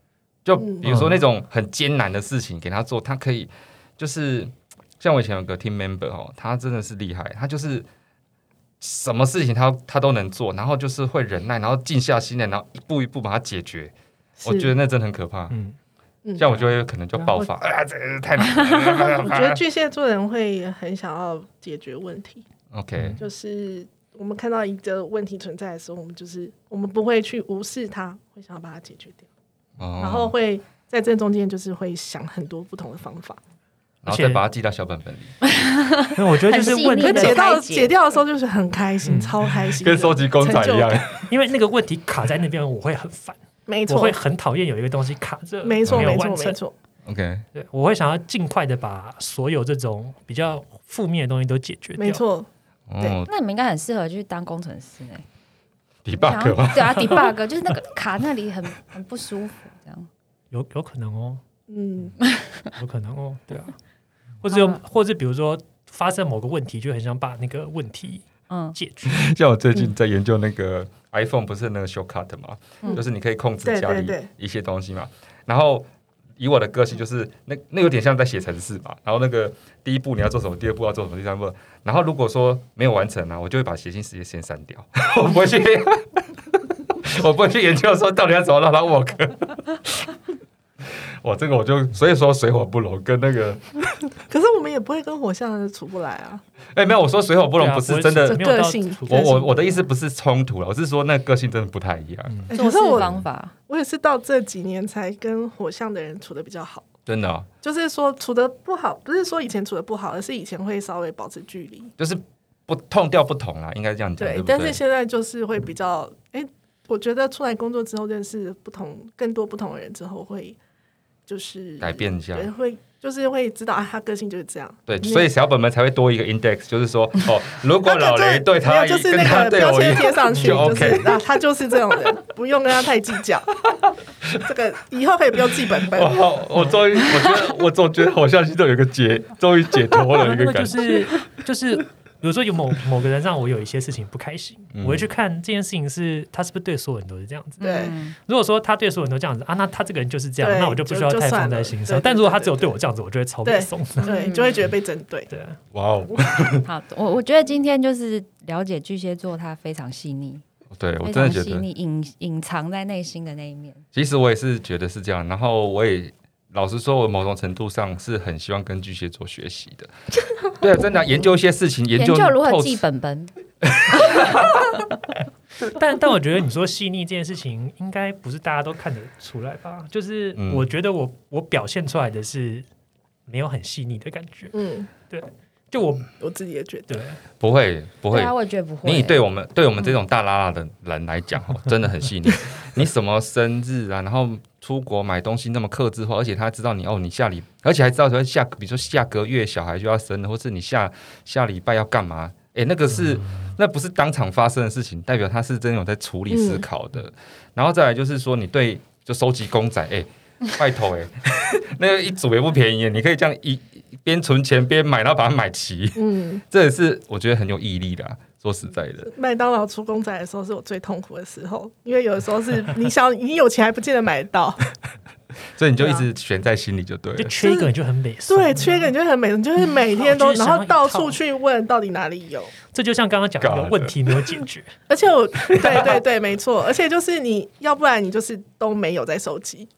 Speaker 5: 就比如说那种很艰难的事情给他做，他可以就是像我以前有个 team member 哦，他真的是厉害，他就是什么事情他他都能做，然后就是会忍耐，然后静下心来，然后一步一步把它解决。我觉得那真的很可怕，
Speaker 2: 嗯，
Speaker 3: 嗯
Speaker 5: 像我就会可能就爆发啊，这个太难了。
Speaker 3: 我觉得巨蟹座人会很想要解决问题，
Speaker 5: OK，
Speaker 3: 就是我们看到一个问题存在的时候，我们就是我们不会去无视它，会想要把它解决掉，嗯然后
Speaker 5: 哦，
Speaker 3: 会在这中间就是会想很多不同的方法。
Speaker 5: 然
Speaker 2: 而
Speaker 5: 后
Speaker 2: 且
Speaker 5: 再把它记到小本本里，
Speaker 2: 那我觉得就是问
Speaker 1: 很细腻
Speaker 2: 题
Speaker 3: 可
Speaker 1: 的
Speaker 3: 解到
Speaker 1: 拆解
Speaker 3: 解掉的时候就是很开
Speaker 2: 嗯
Speaker 3: 心，超开心，
Speaker 5: 跟收集公仔一样
Speaker 3: 成就。
Speaker 2: 因为那个问题卡在那边，我会很烦，
Speaker 3: 没
Speaker 2: 我
Speaker 3: 错
Speaker 2: 会，很讨厌有一个东西卡着，
Speaker 3: 没错，
Speaker 2: 没有
Speaker 3: 没
Speaker 2: 完
Speaker 3: 错，没
Speaker 2: 成。
Speaker 3: 错。
Speaker 5: OK，
Speaker 2: 对，我会想要尽快的把所有这种比较负面的东西都解决掉。
Speaker 3: 没，错，
Speaker 5: 哦
Speaker 1: 那你们应该很适合去当工程师哎、想
Speaker 5: ，debug
Speaker 1: 要
Speaker 5: 吧，
Speaker 1: 对啊，debug 就是那个卡那里很很不舒服，这样
Speaker 2: 有有可能哦，
Speaker 3: 嗯，
Speaker 2: 有可能哦，对啊，或者有，或者比如说发生某个问题，就很想把那个问题
Speaker 1: 嗯，
Speaker 2: 解决。
Speaker 5: 像我最
Speaker 3: 嗯
Speaker 5: 近在研究那个 iPhone 不是那个 shortcut 嘛，
Speaker 1: 嗯
Speaker 5: 就是你可以控制家
Speaker 3: 对对
Speaker 5: 里
Speaker 3: 对
Speaker 5: 一些东西嘛。然后以我的个性，就是那那有点像在写程式嘛。然后那个第一步你要做什么，第二步要做什么，第三步。然后如果说没有完成啊呢、我就会把写信时间先删掉， 我不会去，我不会去研究说到底要怎么让它 work。我这个我就所以说水火不容，跟那个
Speaker 3: 可是我们也不会跟火象处不来啊。
Speaker 5: 哎、没有，我说水火不容
Speaker 2: 对啊
Speaker 5: 不是真的，
Speaker 3: 这
Speaker 2: 没有到
Speaker 3: 个性
Speaker 2: 处
Speaker 5: 我
Speaker 3: 但
Speaker 5: 我
Speaker 3: 是
Speaker 5: 我的意思不是冲突了，我是说那个个性真的不太
Speaker 2: 嗯
Speaker 5: 一样，
Speaker 3: 哎
Speaker 1: 做
Speaker 3: 可
Speaker 1: 事
Speaker 3: 是我
Speaker 1: 方法
Speaker 3: 我也是到这几年才跟火象的人处的比较好，
Speaker 5: 真的哦、
Speaker 3: 就是说处的不好，不是说以前处的不好，而是以前会稍微保持距离。
Speaker 5: 就是不痛调不同啦，啊应该这样讲，对
Speaker 3: 对，
Speaker 5: 不对？
Speaker 3: 但是现在就是会比较，哎，我觉得出来工作之后认识不同更多不同的人之后，会就是
Speaker 5: 改变一下，
Speaker 3: 人会就是会知道啊，他个性就是这样。
Speaker 5: 对，
Speaker 3: 你
Speaker 5: 所以小本本才会多一个 index，就是说，哦，如果
Speaker 3: 那
Speaker 5: 老雷对他
Speaker 3: 没有就是
Speaker 5: 跟
Speaker 3: 那
Speaker 5: 他
Speaker 3: 个
Speaker 5: 对
Speaker 3: 标
Speaker 5: 我一
Speaker 3: 签
Speaker 5: 样，
Speaker 3: 贴上去，
Speaker 5: 就
Speaker 3: 就是
Speaker 5: OK
Speaker 3: 啊，他就是这种人，不用跟他太计较。 这个以后可以不用记本本
Speaker 5: 我，好，我终于，我觉得，我总觉得好像是都有一个解，终于解脱了一
Speaker 2: 那
Speaker 5: 个
Speaker 2: 个
Speaker 5: 感
Speaker 2: 就
Speaker 5: 觉。
Speaker 2: 是就是，比如说有某某个人让我有一些事情不开心，
Speaker 5: 嗯
Speaker 2: 我会去看这件事情是他是不是对所有人都是这样子。
Speaker 3: 对
Speaker 1: 嗯
Speaker 2: 如果说他对所有人都这样子啊，那他这个人就是这样，
Speaker 3: 对
Speaker 2: 那我就不需要
Speaker 3: 就
Speaker 2: 太
Speaker 3: 就
Speaker 2: 放
Speaker 3: 算
Speaker 2: 在
Speaker 3: 了
Speaker 2: 心
Speaker 3: 对
Speaker 2: 上。
Speaker 3: 对
Speaker 2: 但如果他只有
Speaker 3: 对
Speaker 2: 对我这样子，我就会超
Speaker 3: 对
Speaker 2: 悲松。
Speaker 3: 对，你就会觉得被针对。
Speaker 2: 对啊，
Speaker 5: 哇哦，
Speaker 1: 好，我我觉得今天就是了解巨蟹座，它非常细腻，
Speaker 5: 对我
Speaker 1: 非
Speaker 5: 真的
Speaker 1: 常
Speaker 5: 觉
Speaker 1: 细
Speaker 5: 得，
Speaker 1: 腻，隐隐藏在内心的那一面。
Speaker 5: 其实我也是觉得是这样。然后我也老实说，我某种程度上是很希望跟巨蟹座学习的。对啊，真的啊研究一些事情，研
Speaker 1: 研
Speaker 5: 究
Speaker 1: 究如何
Speaker 5: 透
Speaker 1: 记本本，
Speaker 2: 但但我觉得你说细腻这件事情，应该不是大家都看得出来吧？就是
Speaker 5: 嗯
Speaker 2: 我觉得我我表现出来的是没有很细腻的感觉，
Speaker 3: 嗯，
Speaker 2: 就我
Speaker 3: 我自己也觉得。
Speaker 2: 对
Speaker 5: 不会
Speaker 1: 对
Speaker 5: 不会
Speaker 1: 啊，我也觉得不会。
Speaker 5: 你以对我们对我们这种大拉拉的人来 讲，哦，真的很细腻。你什么生日啊，然后出国买东西那么克制化，而且他知道你哦，你下礼，而且还知道说下，比如说下个月小孩就要生了，或是你下下礼拜要干嘛？诶，那个是、
Speaker 1: 嗯
Speaker 5: 那不是当场发生的事情，代表他是真的有在处理思考的。
Speaker 1: 嗯
Speaker 5: 然后再来就是说，你对就收集公仔，诶，拜托诶， 那个一组也不便宜耶，你可以这样一一边存钱边买，然后把它买齐，
Speaker 3: 嗯，
Speaker 5: 这也是我觉得很有毅力的啊、说实在的。
Speaker 3: 麦当劳出公仔的时候是我最痛苦的时候，因为有的时候是你想你有钱还不见得买得 到，
Speaker 5: 所以你就一
Speaker 1: 啊
Speaker 5: 直悬在心里就对
Speaker 2: 就
Speaker 5: 了。
Speaker 2: 缺一个人就很美。
Speaker 3: 对，缺一个你就很美，你就是每天
Speaker 2: 嗯
Speaker 3: 都，
Speaker 2: 我就是
Speaker 3: 然
Speaker 2: 想要
Speaker 3: 后到
Speaker 2: 一套
Speaker 3: 处去问到底哪里有，
Speaker 2: 这就像刚刚讲的
Speaker 5: God
Speaker 2: 问题没有解决，
Speaker 3: 而且 我对对对，没错，而且就是你要不然你就是都没有在收集，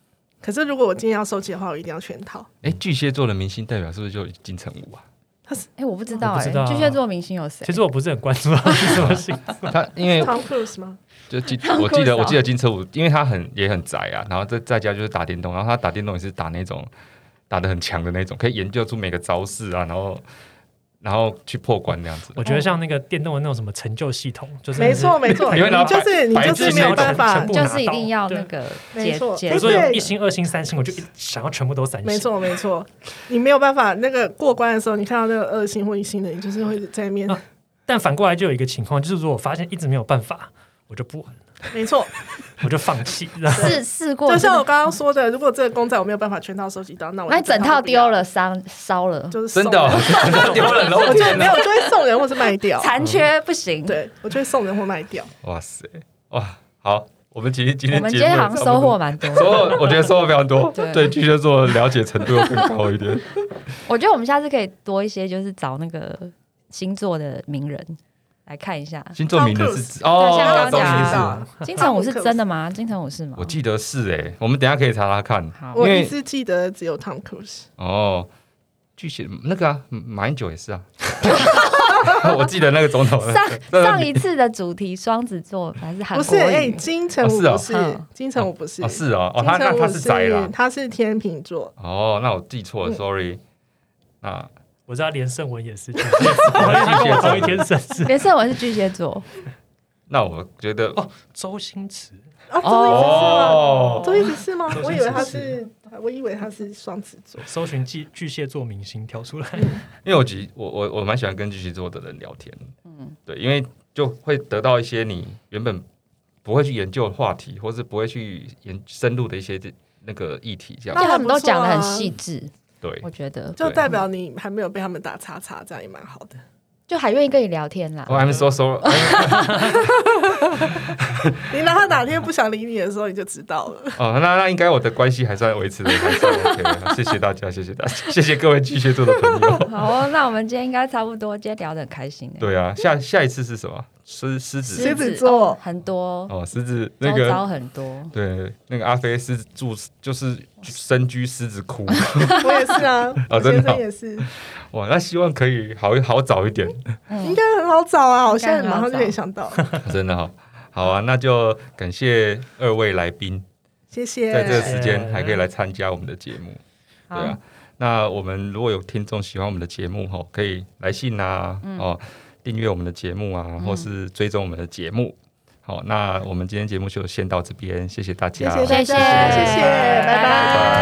Speaker 3: 可是如果我今天要收集的话，我一定要全套。
Speaker 5: 哎、巨蟹座的明星代表是不是就金城武啊？
Speaker 1: 哎，我不知道
Speaker 2: 我不
Speaker 1: 哎
Speaker 2: 知道，啊
Speaker 1: 巨蟹座明星有谁
Speaker 2: 其？实我不是很关注到是什么星座。
Speaker 5: 他因为
Speaker 3: Tom Cruise 吗？
Speaker 5: 就记
Speaker 1: Tom
Speaker 5: 我记
Speaker 1: Cruise
Speaker 5: 得
Speaker 1: 啊
Speaker 5: 我记得金城武，因为他很也很宅啊，然后在在家就是打电动，然后他打电动也是打那种打的很强的那种，可以研究出每个招式啊，然后然后去破关那样子。
Speaker 2: 我觉得像那个电动的那种什么成就系统，就是
Speaker 3: 没错没错，
Speaker 5: 你
Speaker 3: 你
Speaker 5: 会拿
Speaker 3: 就
Speaker 5: 白
Speaker 3: 是你
Speaker 5: 白
Speaker 3: 就是
Speaker 5: 纸
Speaker 3: 没
Speaker 5: 那
Speaker 3: 有
Speaker 5: 种
Speaker 3: 办法
Speaker 2: 全部，拿
Speaker 1: 就
Speaker 2: 到
Speaker 1: 是一定要那
Speaker 2: 对
Speaker 1: 个
Speaker 3: 没
Speaker 1: 解
Speaker 3: 错
Speaker 2: 比
Speaker 1: 解
Speaker 2: 如
Speaker 3: 不
Speaker 2: 说
Speaker 3: 是
Speaker 2: 有一星、二星、三星，我就一想要全部都三星。
Speaker 3: 没，错没错，你没有办法那个过关的时候，你看到那个恶性或一星的，你就是会在面
Speaker 2: 啊但反过来就有一个情况，就是如果我发现一直没有办法，我就不玩，
Speaker 3: 没错，
Speaker 2: 我就放弃。然后
Speaker 1: 试试过，
Speaker 3: 就
Speaker 1: 真
Speaker 3: 像
Speaker 1: 的
Speaker 3: 我刚刚说的，如果这个公仔我没有办法全套收集到，那我
Speaker 1: 那
Speaker 3: 就
Speaker 1: 整套丢，了，烧烧了，
Speaker 3: 就是送
Speaker 5: 真的、哦
Speaker 3: 人，
Speaker 5: 真的 丢人了，
Speaker 3: 我就
Speaker 5: 我天
Speaker 3: 没
Speaker 5: 哪
Speaker 3: 有，我就会送 人或是卖掉。
Speaker 1: 残缺不行。
Speaker 3: 对，我就会送人或卖掉。
Speaker 5: 哇塞，哇，好，我们其实今
Speaker 1: 我
Speaker 5: 天
Speaker 1: 们今
Speaker 5: 节
Speaker 1: 天
Speaker 5: 目
Speaker 1: 好像收获蛮多的。
Speaker 5: 收获，我觉得收获非常多，
Speaker 1: 对
Speaker 5: 对巨蟹座的了解程度又更高一点。
Speaker 1: 我觉得我们下次可以多一些，就是找那个星座的名人来看一 下。
Speaker 5: 星座名人是指哦
Speaker 1: 对，像刚刚
Speaker 5: 懂你意思
Speaker 1: 讲
Speaker 5: 了
Speaker 1: 金城武是真的吗？金城武是吗？
Speaker 5: 我记得是哎、我们等一下可以查查看
Speaker 1: 好，
Speaker 3: 我
Speaker 5: 因为
Speaker 3: 一直记得只有 Tom Cruise，
Speaker 5: 哦。巨蟹那个啊，马英九也是啊， 我记得那个总统
Speaker 1: 上
Speaker 5: 那个
Speaker 1: 上一次的主题双子座还是韩
Speaker 3: 不
Speaker 1: 国
Speaker 3: 是哎，
Speaker 1: 语，
Speaker 3: 金城武
Speaker 5: 哦
Speaker 3: 不
Speaker 5: 是
Speaker 1: 哦
Speaker 3: 是
Speaker 1: 嗯，
Speaker 3: 金城武不是
Speaker 5: 哦，是哦，哦
Speaker 3: 金
Speaker 5: 他那
Speaker 3: 城武
Speaker 5: 他是宅啦，
Speaker 3: 他是天秤座，
Speaker 5: 哦，那我记错
Speaker 1: 嗯
Speaker 5: 了，sorry。那
Speaker 2: 我知道连胜文也是巨蟹座，他跟我同一天生日。
Speaker 1: 连胜文是巨蟹座，
Speaker 5: 那我觉得哦
Speaker 2: 哦，周星驰，
Speaker 3: 啊，
Speaker 1: 哦
Speaker 5: 哦
Speaker 3: 周一直是吗？
Speaker 2: 周
Speaker 3: 周一直是吗？我
Speaker 2: 星驰
Speaker 3: 以为他
Speaker 2: 是
Speaker 3: 是，我以为他是双子座。
Speaker 2: 搜寻巨巨蟹座明星跳出来，
Speaker 5: 因为我其实我我我蛮喜欢跟巨蟹座的人聊天，嗯，对，因为就会得到一些你原本不会去研究的话题，或是不会去研深入的一些这那个议题，这
Speaker 1: 而
Speaker 5: 样
Speaker 1: 且
Speaker 3: 那
Speaker 1: 他们都讲的
Speaker 3: 那还
Speaker 1: 很
Speaker 3: 不错啊
Speaker 1: 细致，
Speaker 5: 对
Speaker 1: 我，觉得
Speaker 3: 就代表你还没有被他们打叉叉，这样也蛮好的。
Speaker 1: 就还愿意跟你聊天啦。
Speaker 5: 我哦还没说说，
Speaker 3: 你让他哪天不想理你的时候，你就知道 了。
Speaker 5: 哦，那那应该我的关系还算维持的还算 OK，的谢谢大家，谢谢大家，谢谢各位巨蟹座的 朋友。
Speaker 1: 好哦，那我们今天应该差不多，今天聊得很开心欸耶。
Speaker 5: 对啊，下下一次是什么？狮狮子
Speaker 3: 狮子座
Speaker 1: 哦很多，
Speaker 5: 哦，狮子那
Speaker 1: 周
Speaker 5: 个
Speaker 1: 遭很多。
Speaker 5: 对，那个阿飞狮子住就是身居狮子窟，
Speaker 3: 我也是啊，我
Speaker 5: 真
Speaker 3: 先
Speaker 5: 的哦
Speaker 3: 生也是，
Speaker 5: 哇，那希望可以好好早一点，
Speaker 3: 应该很好找啊。我现在马上就可
Speaker 1: 应该很好找
Speaker 3: 以想到了，
Speaker 5: 真的好、好啊，那就感谢二位来宾，
Speaker 3: 谢谢。
Speaker 5: 在这个时间还可以来参加我们的节目，对啊。那我们如果有听众喜欢我们的节目哈，可以来信啊，哦，订阅我们的节目啊，或是追踪我们的节目。好，那我们今天节目就先到这边，谢谢大家，
Speaker 3: 谢谢大家，
Speaker 1: 谢谢
Speaker 3: 谢谢，拜
Speaker 1: 拜拜
Speaker 3: 拜。